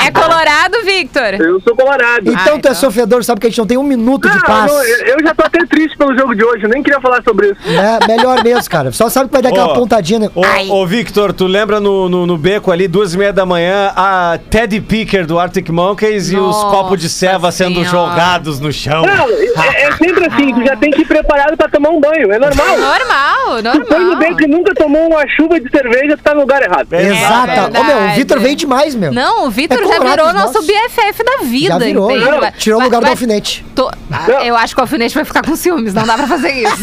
Speaker 3: É colorado, Victor?
Speaker 10: Eu sou colorado.
Speaker 5: Então tu é
Speaker 3: então.
Speaker 5: sofredor, sabe que a gente não tem um minuto de
Speaker 10: Não,
Speaker 5: paz.
Speaker 10: não, eu, eu já tô até triste pelo jogo de hoje, eu nem queria falar sobre isso.
Speaker 5: É melhor mesmo, cara. Só sabe que vai dar aquela
Speaker 6: Ó,
Speaker 5: pontadinha. né? Ai.
Speaker 6: Ô, ô, Victor, tu lembra no, no, no beco ali, duas e meia da manhã, a Teddy Picker do Arctic Monkeys e os
Speaker 3: Nossa
Speaker 6: copos de ceva sendo
Speaker 3: Senhora.
Speaker 6: jogados no chão.
Speaker 10: Não, é, é sempre assim, tu já tem que ir preparado pra tomar um banho, é normal.
Speaker 3: Normal,
Speaker 10: Tu põe no
Speaker 3: normal.
Speaker 10: bem que nunca tomou uma chuva de cerveja, tu tá no lugar errado.
Speaker 5: Exata.
Speaker 3: é
Speaker 5: Ô, meu, o
Speaker 3: verdade.
Speaker 5: Vitor vem demais, meu.
Speaker 3: Não, o Vitor
Speaker 5: É
Speaker 3: já
Speaker 5: colorado,
Speaker 3: virou nosso
Speaker 5: nossa.
Speaker 3: BFF da vida,
Speaker 5: Já virou,
Speaker 3: entende?
Speaker 5: né?
Speaker 3: Vai-
Speaker 5: Tirou o
Speaker 3: vai-
Speaker 5: lugar do
Speaker 3: vai-
Speaker 5: alfinete.
Speaker 3: Tô- Ah, eu acho que o alfinete vai ficar com ciúmes, não dá pra fazer isso.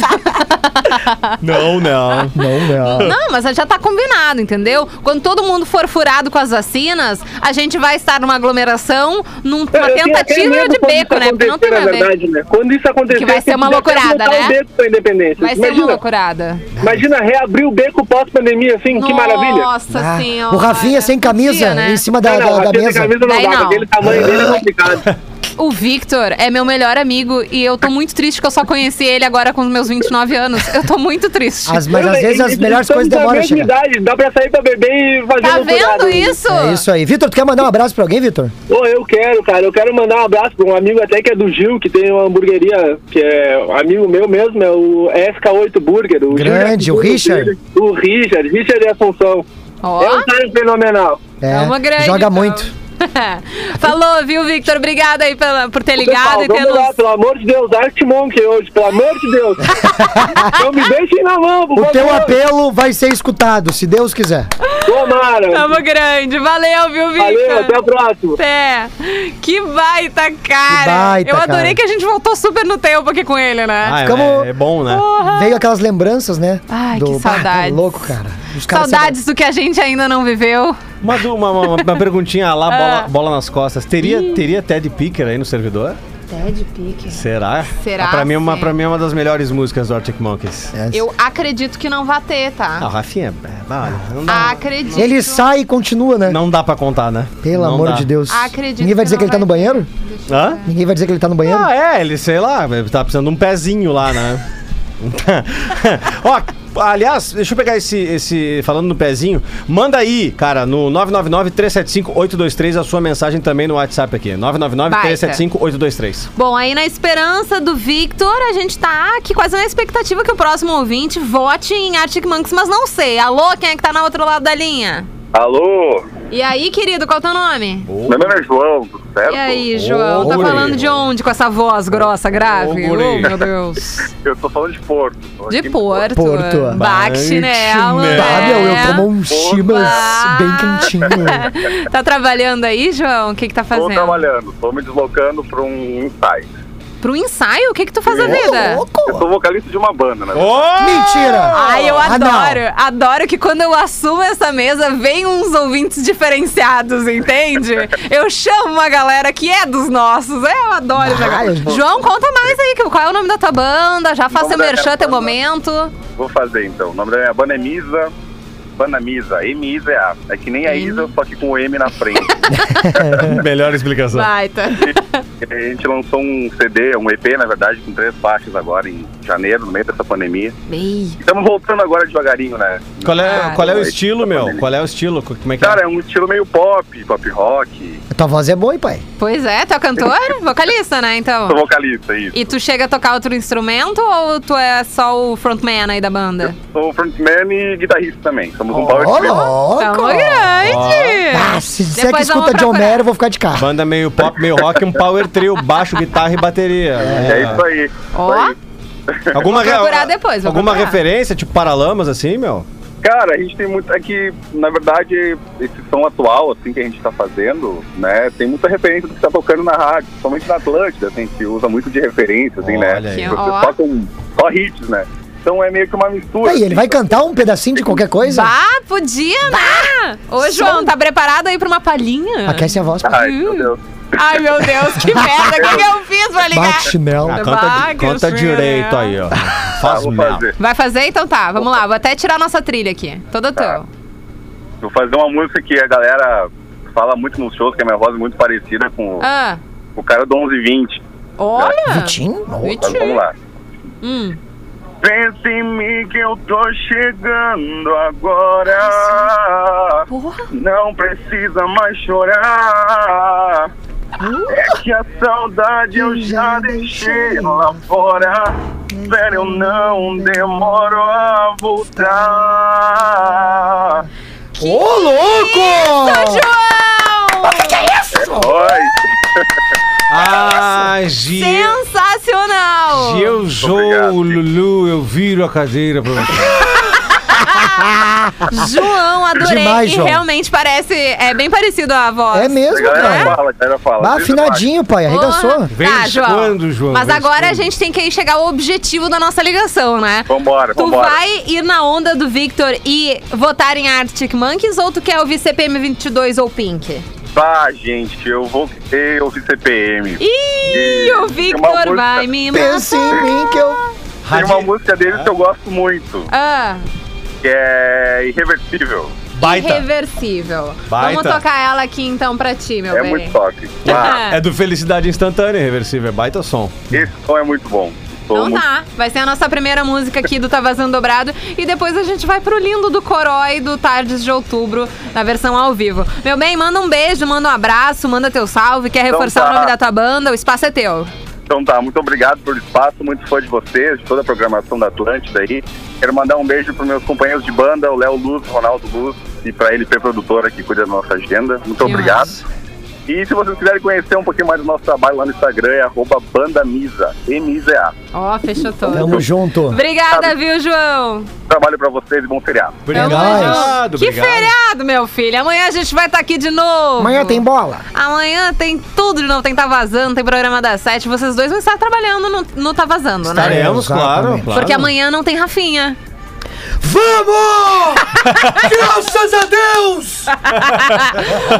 Speaker 3: é.
Speaker 6: Não, não.
Speaker 5: Não, meu.
Speaker 3: não, mas já tá combinado, entendeu? Quando todo mundo for furado com as vacinas, a gente vai estar numa aglomeração, num-
Speaker 10: Eu
Speaker 3: numa
Speaker 10: tenho até
Speaker 3: tentativa
Speaker 10: medo
Speaker 3: de
Speaker 10: quando
Speaker 3: beco,
Speaker 10: isso
Speaker 3: né? Porque não tem
Speaker 10: acontecer,
Speaker 3: nada a
Speaker 10: na
Speaker 3: ver.
Speaker 10: verdade, né? Quando isso acontecer,
Speaker 3: Que vai ser
Speaker 10: se
Speaker 3: uma
Speaker 10: quiser
Speaker 3: loucurada,
Speaker 10: montar
Speaker 3: né?
Speaker 10: um beco pra independência.
Speaker 3: Vai ser
Speaker 10: imagina,
Speaker 3: uma loucurada.
Speaker 10: imagina reabrir o beco pós-pandemia, assim, que maravilha.
Speaker 3: Nossa
Speaker 5: Ah,
Speaker 3: senhora.
Speaker 5: o Rafinha sem camisa
Speaker 3: Confia, né?
Speaker 5: em cima da,
Speaker 10: Ah,
Speaker 5: da-
Speaker 10: não,
Speaker 5: da
Speaker 10: aquele
Speaker 5: mesa.
Speaker 10: camisa não
Speaker 3: Daí
Speaker 10: dá,
Speaker 3: não.
Speaker 10: aquele tamanho dele é complicado.
Speaker 3: O Victor é meu melhor amigo e eu tô muito triste que eu só conheci ele agora com os meus 29 anos. Eu tô muito triste.
Speaker 5: As- mas
Speaker 10: Tudo
Speaker 5: às
Speaker 10: bem,
Speaker 5: vezes as
Speaker 10: eles
Speaker 5: melhores
Speaker 10: estamos
Speaker 5: coisas
Speaker 6: Então,
Speaker 5: demoram
Speaker 10: da
Speaker 5: a
Speaker 10: mesma
Speaker 5: chegar.
Speaker 10: idade, dá pra sair pra beber e fazer
Speaker 3: Tá
Speaker 10: loucurada.
Speaker 3: vendo isso?
Speaker 5: É isso aí. Vitor, tu quer mandar um abraço pra alguém, Vitor?
Speaker 10: Pô, eu quero, cara. Eu quero mandar um abraço pra um amigo até que é do Gil, que tem uma hamburgueria, que é amigo meu mesmo, é o SK8 Burger. O Gil já
Speaker 5: Grande,
Speaker 10: citou
Speaker 5: o
Speaker 10: no
Speaker 5: Richard.
Speaker 10: Twitter. O Richard, Richard é Assunção.
Speaker 3: Ó.
Speaker 10: É um cara fenomenal.
Speaker 5: É,
Speaker 3: É uma grande.
Speaker 5: joga
Speaker 3: então.
Speaker 5: muito.
Speaker 3: Falou, viu, Victor? Obrigada aí pela, por ter ligado
Speaker 10: Pessoal,
Speaker 3: e ter
Speaker 10: vamos lá,
Speaker 3: nos.
Speaker 10: pelo amor de Deus, Art Monkey hoje, pelo amor de Deus. Não me deixem na mão, por
Speaker 5: O
Speaker 10: favor.
Speaker 5: teu apelo vai ser escutado, se Deus quiser.
Speaker 10: Tomara.
Speaker 3: Tamo grande. Valeu, viu, Victor?
Speaker 10: Valeu, até a próxima.
Speaker 3: Até. Que baita, cara.
Speaker 5: Que baita,
Speaker 3: Eu adorei
Speaker 5: cara.
Speaker 3: que a gente voltou super no tempo aqui com ele, né?
Speaker 6: Ah, é-
Speaker 5: Ficamos-
Speaker 6: é bom, né?
Speaker 5: Veio aquelas lembranças, né?
Speaker 3: Ai, que
Speaker 5: Bah, tá
Speaker 3: saudades.
Speaker 5: louco, cara. Os caras
Speaker 3: Saudades do que a gente ainda não viveu.
Speaker 6: Uma, du- uma, uma, uma perguntinha lá,
Speaker 3: Ah.
Speaker 6: bola, bola nas costas. Teria, teria Ted Picker aí no servidor?
Speaker 3: Ted Picker.
Speaker 6: Será?
Speaker 3: Será,
Speaker 6: Ah, pra, mim é uma,
Speaker 3: sim.
Speaker 6: pra mim é uma das melhores músicas do Arctic Monkeys.
Speaker 5: sabem- É.
Speaker 3: Eu acredito que não vai ter, tá?
Speaker 6: Ah, Rafinha, é, não, olha, não dá,
Speaker 3: Acredito.
Speaker 5: Ele sai e continua, né?
Speaker 6: não dá pra contar, né?
Speaker 5: Pelo
Speaker 6: Não
Speaker 5: amor
Speaker 6: dá.
Speaker 5: de Deus.
Speaker 3: Acredito
Speaker 5: Ninguém vai
Speaker 3: que
Speaker 5: dizer
Speaker 3: não
Speaker 5: que ele tá
Speaker 3: vai
Speaker 5: no banheiro?
Speaker 6: Hã?
Speaker 5: Ninguém vai dizer que ele tá no banheiro?
Speaker 6: Ah, é, ele, sei lá, ele tá precisando de um pezinho lá, né? Ó, aliás, deixa eu pegar esse, esse. Falando no pezinho, manda aí, cara, no 999-375-823 a sua mensagem também no WhatsApp aqui. 999-375-823.
Speaker 3: Bom, aí na esperança do Victor, a gente tá aqui quase na expectativa que o próximo ouvinte vote em Arctic Monkeys, mas não sei. Alô, quem é que tá no outro lado da linha?
Speaker 10: Alô,
Speaker 3: E aí, querido, qual é o teu nome?
Speaker 10: meu nome é João, tudo certo?
Speaker 3: E aí, João? tá
Speaker 6: guri.
Speaker 3: falando de onde com essa voz grossa, grave?
Speaker 6: Ô,
Speaker 3: Oh,
Speaker 6: guri.
Speaker 3: meu Deus.
Speaker 10: Eu tô falando de Porto.
Speaker 3: De Porto.
Speaker 5: Porto.
Speaker 3: Baque chinelo, né?
Speaker 5: Ah, meu, eu tomo um chimas bem quentinho.
Speaker 3: Tá trabalhando aí, João? O que que tá fazendo?
Speaker 10: trabalhando, tô me deslocando pra um insight.
Speaker 3: Pro ensaio? O que que tu faz da vida?
Speaker 10: Eu sou vocalista de uma banda, né?
Speaker 5: Mentira!
Speaker 3: Ai, eu
Speaker 5: Ah, não.
Speaker 3: adoro. Adoro que quando eu assumo essa mesa, vem uns ouvintes diferenciados, entende? eu chamo uma galera que é dos nossos. É, eu adoro. esse
Speaker 5: Vai,
Speaker 3: negócio.
Speaker 5: Ah, eu vou-
Speaker 3: João, conta mais aí. que- Qual é o nome da tua banda? Já faça
Speaker 10: nome
Speaker 3: o
Speaker 10: da
Speaker 3: merchan
Speaker 10: minha
Speaker 3: teu
Speaker 10: banda?
Speaker 3: momento.
Speaker 10: Vou fazer então. O nome da minha banda é Misa. Banda Misa. M-I-Z-A. É que nem a Isa, só que com o M na frente.
Speaker 6: Melhor explicação.
Speaker 3: Baita.
Speaker 10: a gente lançou um CD, um EP, na verdade, com três faixas agora em janeiro, no meio dessa pandemia.
Speaker 3: Ei,
Speaker 10: Estamos voltando agora devagarinho, né?
Speaker 6: Qual é,
Speaker 3: Ah,
Speaker 6: qual é o
Speaker 10: não.
Speaker 6: estilo, meu? Qual é o estilo? Como é que
Speaker 10: Cara, é um estilo meio pop, pop rock.
Speaker 5: Tua voz é boa, hein, pai?
Speaker 3: Pois é, tu é cantor? Vocalista, né, então?
Speaker 10: Sou vocalista, isso.
Speaker 3: E tu chega a tocar outro instrumento ou tu é só o frontman aí da banda?
Speaker 10: Sou frontman e guitarrista também. Somos um power
Speaker 5: Ó,
Speaker 10: trio.
Speaker 3: Tamo
Speaker 5: louco!
Speaker 3: grande!
Speaker 5: Ah, se disser que
Speaker 3: Depois vamos
Speaker 5: escuta John
Speaker 3: procurar.
Speaker 5: Mayer, eu vou ficar de
Speaker 6: é?
Speaker 5: carro.
Speaker 6: Banda meio pop, meio rock, um power trio, baixo, guitarra e bateria.
Speaker 10: É isso aí. isso
Speaker 3: Ó.
Speaker 10: aí.
Speaker 6: Alguma
Speaker 3: Vou procurar depois, vou
Speaker 6: Alguma
Speaker 3: procurar.
Speaker 6: referência, tipo Paralamas, assim, meu?
Speaker 10: Cara, a gente tem muito. É que, na verdade, esse som atual, assim, que a gente tá fazendo, né? Tem muita referência do que tá tocando na rádio, principalmente na Atlântida, assim, que usa muito de referência, assim,
Speaker 6: Olha
Speaker 10: né?
Speaker 6: aí.
Speaker 10: Vocês
Speaker 3: Ó.
Speaker 10: tocam só hits, né? Então é meio que uma mistura.
Speaker 5: Aí, ele
Speaker 10: assim.
Speaker 5: vai cantar um pedacinho de qualquer coisa?
Speaker 3: Bah, Ah, podia, né? Ô, João, tá preparado aí pra uma palhinha?
Speaker 5: Aquece a voz. pai.
Speaker 10: Ai,
Speaker 3: Uhum.
Speaker 10: meu Deus.
Speaker 3: Ai, meu Deus, que merda! O que, que eu fiz pra ligar?
Speaker 5: Bate chinelo.
Speaker 6: Ah,
Speaker 3: Bah,
Speaker 6: conta,
Speaker 3: que
Speaker 6: conta
Speaker 3: frio,
Speaker 6: direito
Speaker 3: né?
Speaker 6: aí, ó.
Speaker 10: Tá,
Speaker 6: Faz
Speaker 10: vou
Speaker 6: mesmo.
Speaker 10: fazer.
Speaker 3: Vai fazer? Então tá, vamos lá. Vou até tirar nossa trilha aqui. Toda
Speaker 10: Tá.
Speaker 3: tua.
Speaker 10: Vou fazer uma música que a galera fala muito nos shows, que a minha voz é muito parecida com
Speaker 3: Ah,
Speaker 10: o cara do 1120.
Speaker 3: olha! um.
Speaker 5: Vitinho?
Speaker 10: Mas vamos lá.
Speaker 3: Hum.
Speaker 10: Pensa em mim que eu tô chegando agora.
Speaker 3: Porra.
Speaker 10: Não precisa mais chorar. É que a saudade eu já deixei lá fora. Espera, eu não demoro a voltar.
Speaker 5: Ô, louco!
Speaker 3: João!
Speaker 10: Oi,
Speaker 6: Ah, Gil.
Speaker 3: Sensacional!
Speaker 6: Eu sou
Speaker 10: Obrigado.
Speaker 6: o Lulu, eu viro a cadeira pra você.
Speaker 3: João, adorei.
Speaker 5: Demais,
Speaker 3: e
Speaker 5: João.
Speaker 3: realmente parece. É bem parecido a voz.
Speaker 5: É
Speaker 10: a
Speaker 5: mesmo,
Speaker 10: galera
Speaker 5: cara.
Speaker 10: fala, a galera fala.
Speaker 5: Bah,
Speaker 10: Desde a
Speaker 5: afinadinho, pai.
Speaker 6: É
Speaker 5: Arregaçou.
Speaker 3: Porra. Tá,
Speaker 6: Vês
Speaker 3: João.
Speaker 6: quando, João?
Speaker 3: Mas
Speaker 6: Vês
Speaker 3: agora a
Speaker 6: quando?
Speaker 3: gente tem que ir chegar ao objetivo da nossa ligação, né?
Speaker 10: Vambora,
Speaker 3: Tu
Speaker 10: vambora.
Speaker 3: vai ir na onda do Victor e votar em Arctic Monkeys ou tu quer ouvir CPM 22 ou Pink?
Speaker 10: Bah, gente, eu vou ter o CPM.
Speaker 3: Ih, o
Speaker 10: Tem uma
Speaker 3: Victor
Speaker 10: música-
Speaker 3: vai me
Speaker 5: Pensa
Speaker 3: matar.
Speaker 5: em mim que eu...
Speaker 10: Tem uma música deles que eu gosto muito,
Speaker 3: Ah,
Speaker 10: que é Irreversível.
Speaker 6: Baita.
Speaker 3: irreversível.
Speaker 6: Baita.
Speaker 3: Vamos tocar ela aqui então pra ti, meu
Speaker 10: é
Speaker 3: bem.
Speaker 10: muito toque. Ah,
Speaker 6: É do Felicidade Instantânea, reversível. É baita som.
Speaker 10: esse som é muito bom. Sou
Speaker 3: Então
Speaker 10: muito...
Speaker 3: tá, vai ser a nossa primeira música aqui do Tá Vazando Dobrado e depois a gente vai pro lindo do Corói do Tardes de Outubro, na versão ao vivo. Meu bem, manda um beijo, manda um abraço, manda teu salve, quer
Speaker 10: Então
Speaker 3: reforçar
Speaker 10: tá.
Speaker 3: o nome da tua banda, o espaço é teu.
Speaker 10: Então tá, muito obrigado pelo espaço, muito fã de vocês, de toda a programação da Atlântida aí. Quero mandar um beijo pros meus companheiros de banda, o Léo Luz, o Ronaldo Luz, e pra LP Produtora que cuida da nossa agenda. Muito obrigado. E se vocês quiserem conhecer um pouquinho mais do nosso trabalho lá no Instagram, é arroba bandamisa, M-I-Z-A.
Speaker 3: Ó, fechou todo.
Speaker 5: Tamo junto.
Speaker 3: Obrigada, viu, João?
Speaker 10: Trabalho pra vocês e bom feriado.
Speaker 6: Obrigado.
Speaker 5: nóis.
Speaker 6: Obrigado,
Speaker 3: que
Speaker 6: obrigado.
Speaker 3: feriado, meu filho. Amanhã a gente vai estar aqui de novo.
Speaker 5: Amanhã tem bola.
Speaker 3: Amanhã tem tudo de novo. Tem Tá Vazando, tem programa das sete. Vocês dois vão estar trabalhando no, no Tá Vazando, né?
Speaker 6: Estaremos, claro,
Speaker 5: Exatamente.
Speaker 6: claro.
Speaker 3: Porque amanhã não tem Rafinha.
Speaker 4: Vamos! Graças a Deus!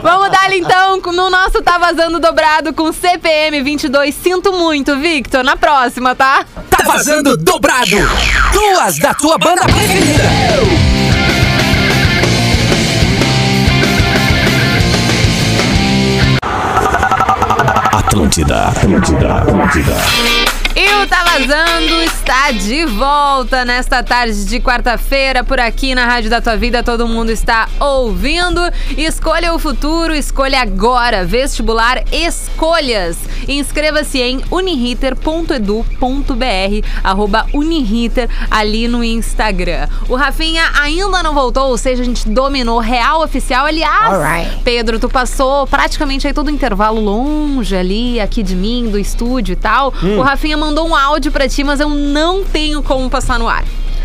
Speaker 3: Vamos dar então com- no nosso Tá Vazando Dobrado com CPM 22. Sinto muito, Victor. Na próxima, tá?
Speaker 4: Tá vazando dobrado! Duas da tua banda preferida!
Speaker 1: Atlântida, Atlântida, Atlântida.
Speaker 3: E o Tá Vazando está de volta nesta tarde de quarta-feira por aqui na Rádio da Tua Vida. Todo mundo está ouvindo. Escolha o futuro, escolha agora. Vestibular Escolhas. Inscreva-se em uniriter.edu.br, arroba uniriter, ali no Instagram. O Rafinha ainda não voltou, ou seja, a gente dominou real oficial. Aliás,
Speaker 5: Alright.
Speaker 3: Pedro, tu passou praticamente aí todo o intervalo longe ali, aqui de mim,
Speaker 6: Hum.
Speaker 3: do estúdio e tal. O Rafinha mandou um áudio pra ti, mas eu não tenho como passar no ar.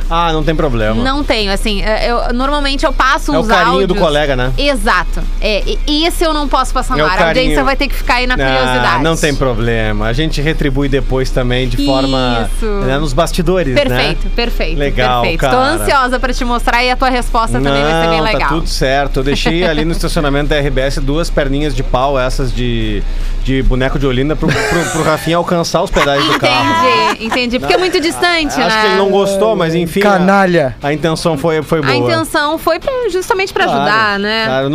Speaker 6: Ah, não tem problema.
Speaker 3: Não tenho, assim, é, eu, normalmente eu passo
Speaker 6: É o
Speaker 3: uns
Speaker 6: carinho do
Speaker 3: áudios.
Speaker 6: colega, né?
Speaker 3: Exato. É, e esse eu não posso passar
Speaker 6: É
Speaker 3: no
Speaker 6: o
Speaker 3: ar. A audiência
Speaker 6: carinho.
Speaker 3: vai ter que ficar aí na
Speaker 6: Ah,
Speaker 3: curiosidade.
Speaker 6: não tem problema. A gente retribui depois também de forma.
Speaker 3: Isso.
Speaker 6: né, nos bastidores, né?
Speaker 3: Perfeito, perfeito.
Speaker 6: Legal,
Speaker 3: perfeito. Tô
Speaker 6: cara.
Speaker 3: ansiosa pra te mostrar e a tua resposta
Speaker 6: Não,
Speaker 3: também vai ser bem legal.
Speaker 6: tá tudo certo. Eu deixei ali no estacionamento da RBS duas perninhas de pau, essas de, de boneco de Olinda, pro, pro, pro Rafinha alcançar os pedais do carro.
Speaker 3: Entendi, entendi. Porque é muito distante, né?
Speaker 6: Acho que ele não gostou, mas enfim. né? a-
Speaker 5: Canalha.
Speaker 6: A, intenção foi, foi boa. Ah,
Speaker 3: A intenção foi pra- justamente pra
Speaker 6: Claro.
Speaker 3: ajudar, né?
Speaker 6: Claro,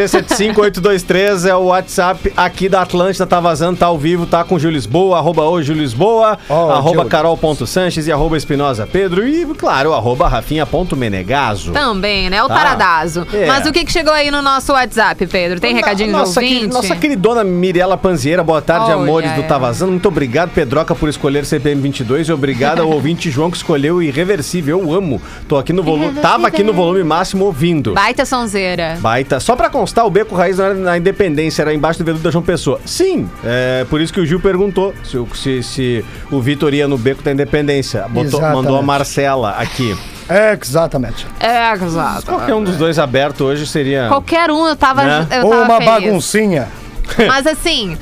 Speaker 6: 999-375-823 é o WhatsApp aqui da Atlântida, tá vazando, tá ao vivo, tá com o Gil Lisboa, arroba o Gil Lisboa,
Speaker 5: Ó,
Speaker 6: arroba
Speaker 5: Gil.
Speaker 6: carol.sanches e arroba espinosa pedro e, claro, arroba rafinha.menegaso.
Speaker 3: Também, né? O
Speaker 6: Tá.
Speaker 3: taradazo.
Speaker 6: É.
Speaker 3: Mas o que, que chegou aí no nosso WhatsApp, Pedro? Tem recadinho de
Speaker 6: nossa,
Speaker 3: ouvinte?
Speaker 6: queri- nossa queridona Mirella Panziera, boa tarde,
Speaker 3: Olha
Speaker 6: amores do
Speaker 3: ela.
Speaker 6: Tá Vazando. Muito obrigado, Pedroca, por escolher CPM 22 e obrigado ao ouvinte João que escolheu o Irreversível. Eu amo. Tô aqui no volume, tava aqui no volume máximo ouvindo.
Speaker 3: Baita sonzeira.
Speaker 6: Baita. Só pra constar, o Beco Raiz não era na Independência, era embaixo do viaduto da João Pessoa. Sim, é por isso que o Gil perguntou se, o- se- se o Vitor ia no Beco da Independência. Botou-
Speaker 5: Exatamente.
Speaker 6: mandou a Marcela aqui.
Speaker 5: É, exatamente.
Speaker 3: É, exato.
Speaker 6: Qualquer um dos dois aberto hoje seria...
Speaker 3: Qualquer um, eu tava,
Speaker 6: Né?
Speaker 3: eu
Speaker 5: Ou
Speaker 3: tava
Speaker 5: uma
Speaker 3: feliz.
Speaker 5: baguncinha.
Speaker 3: Mas assim,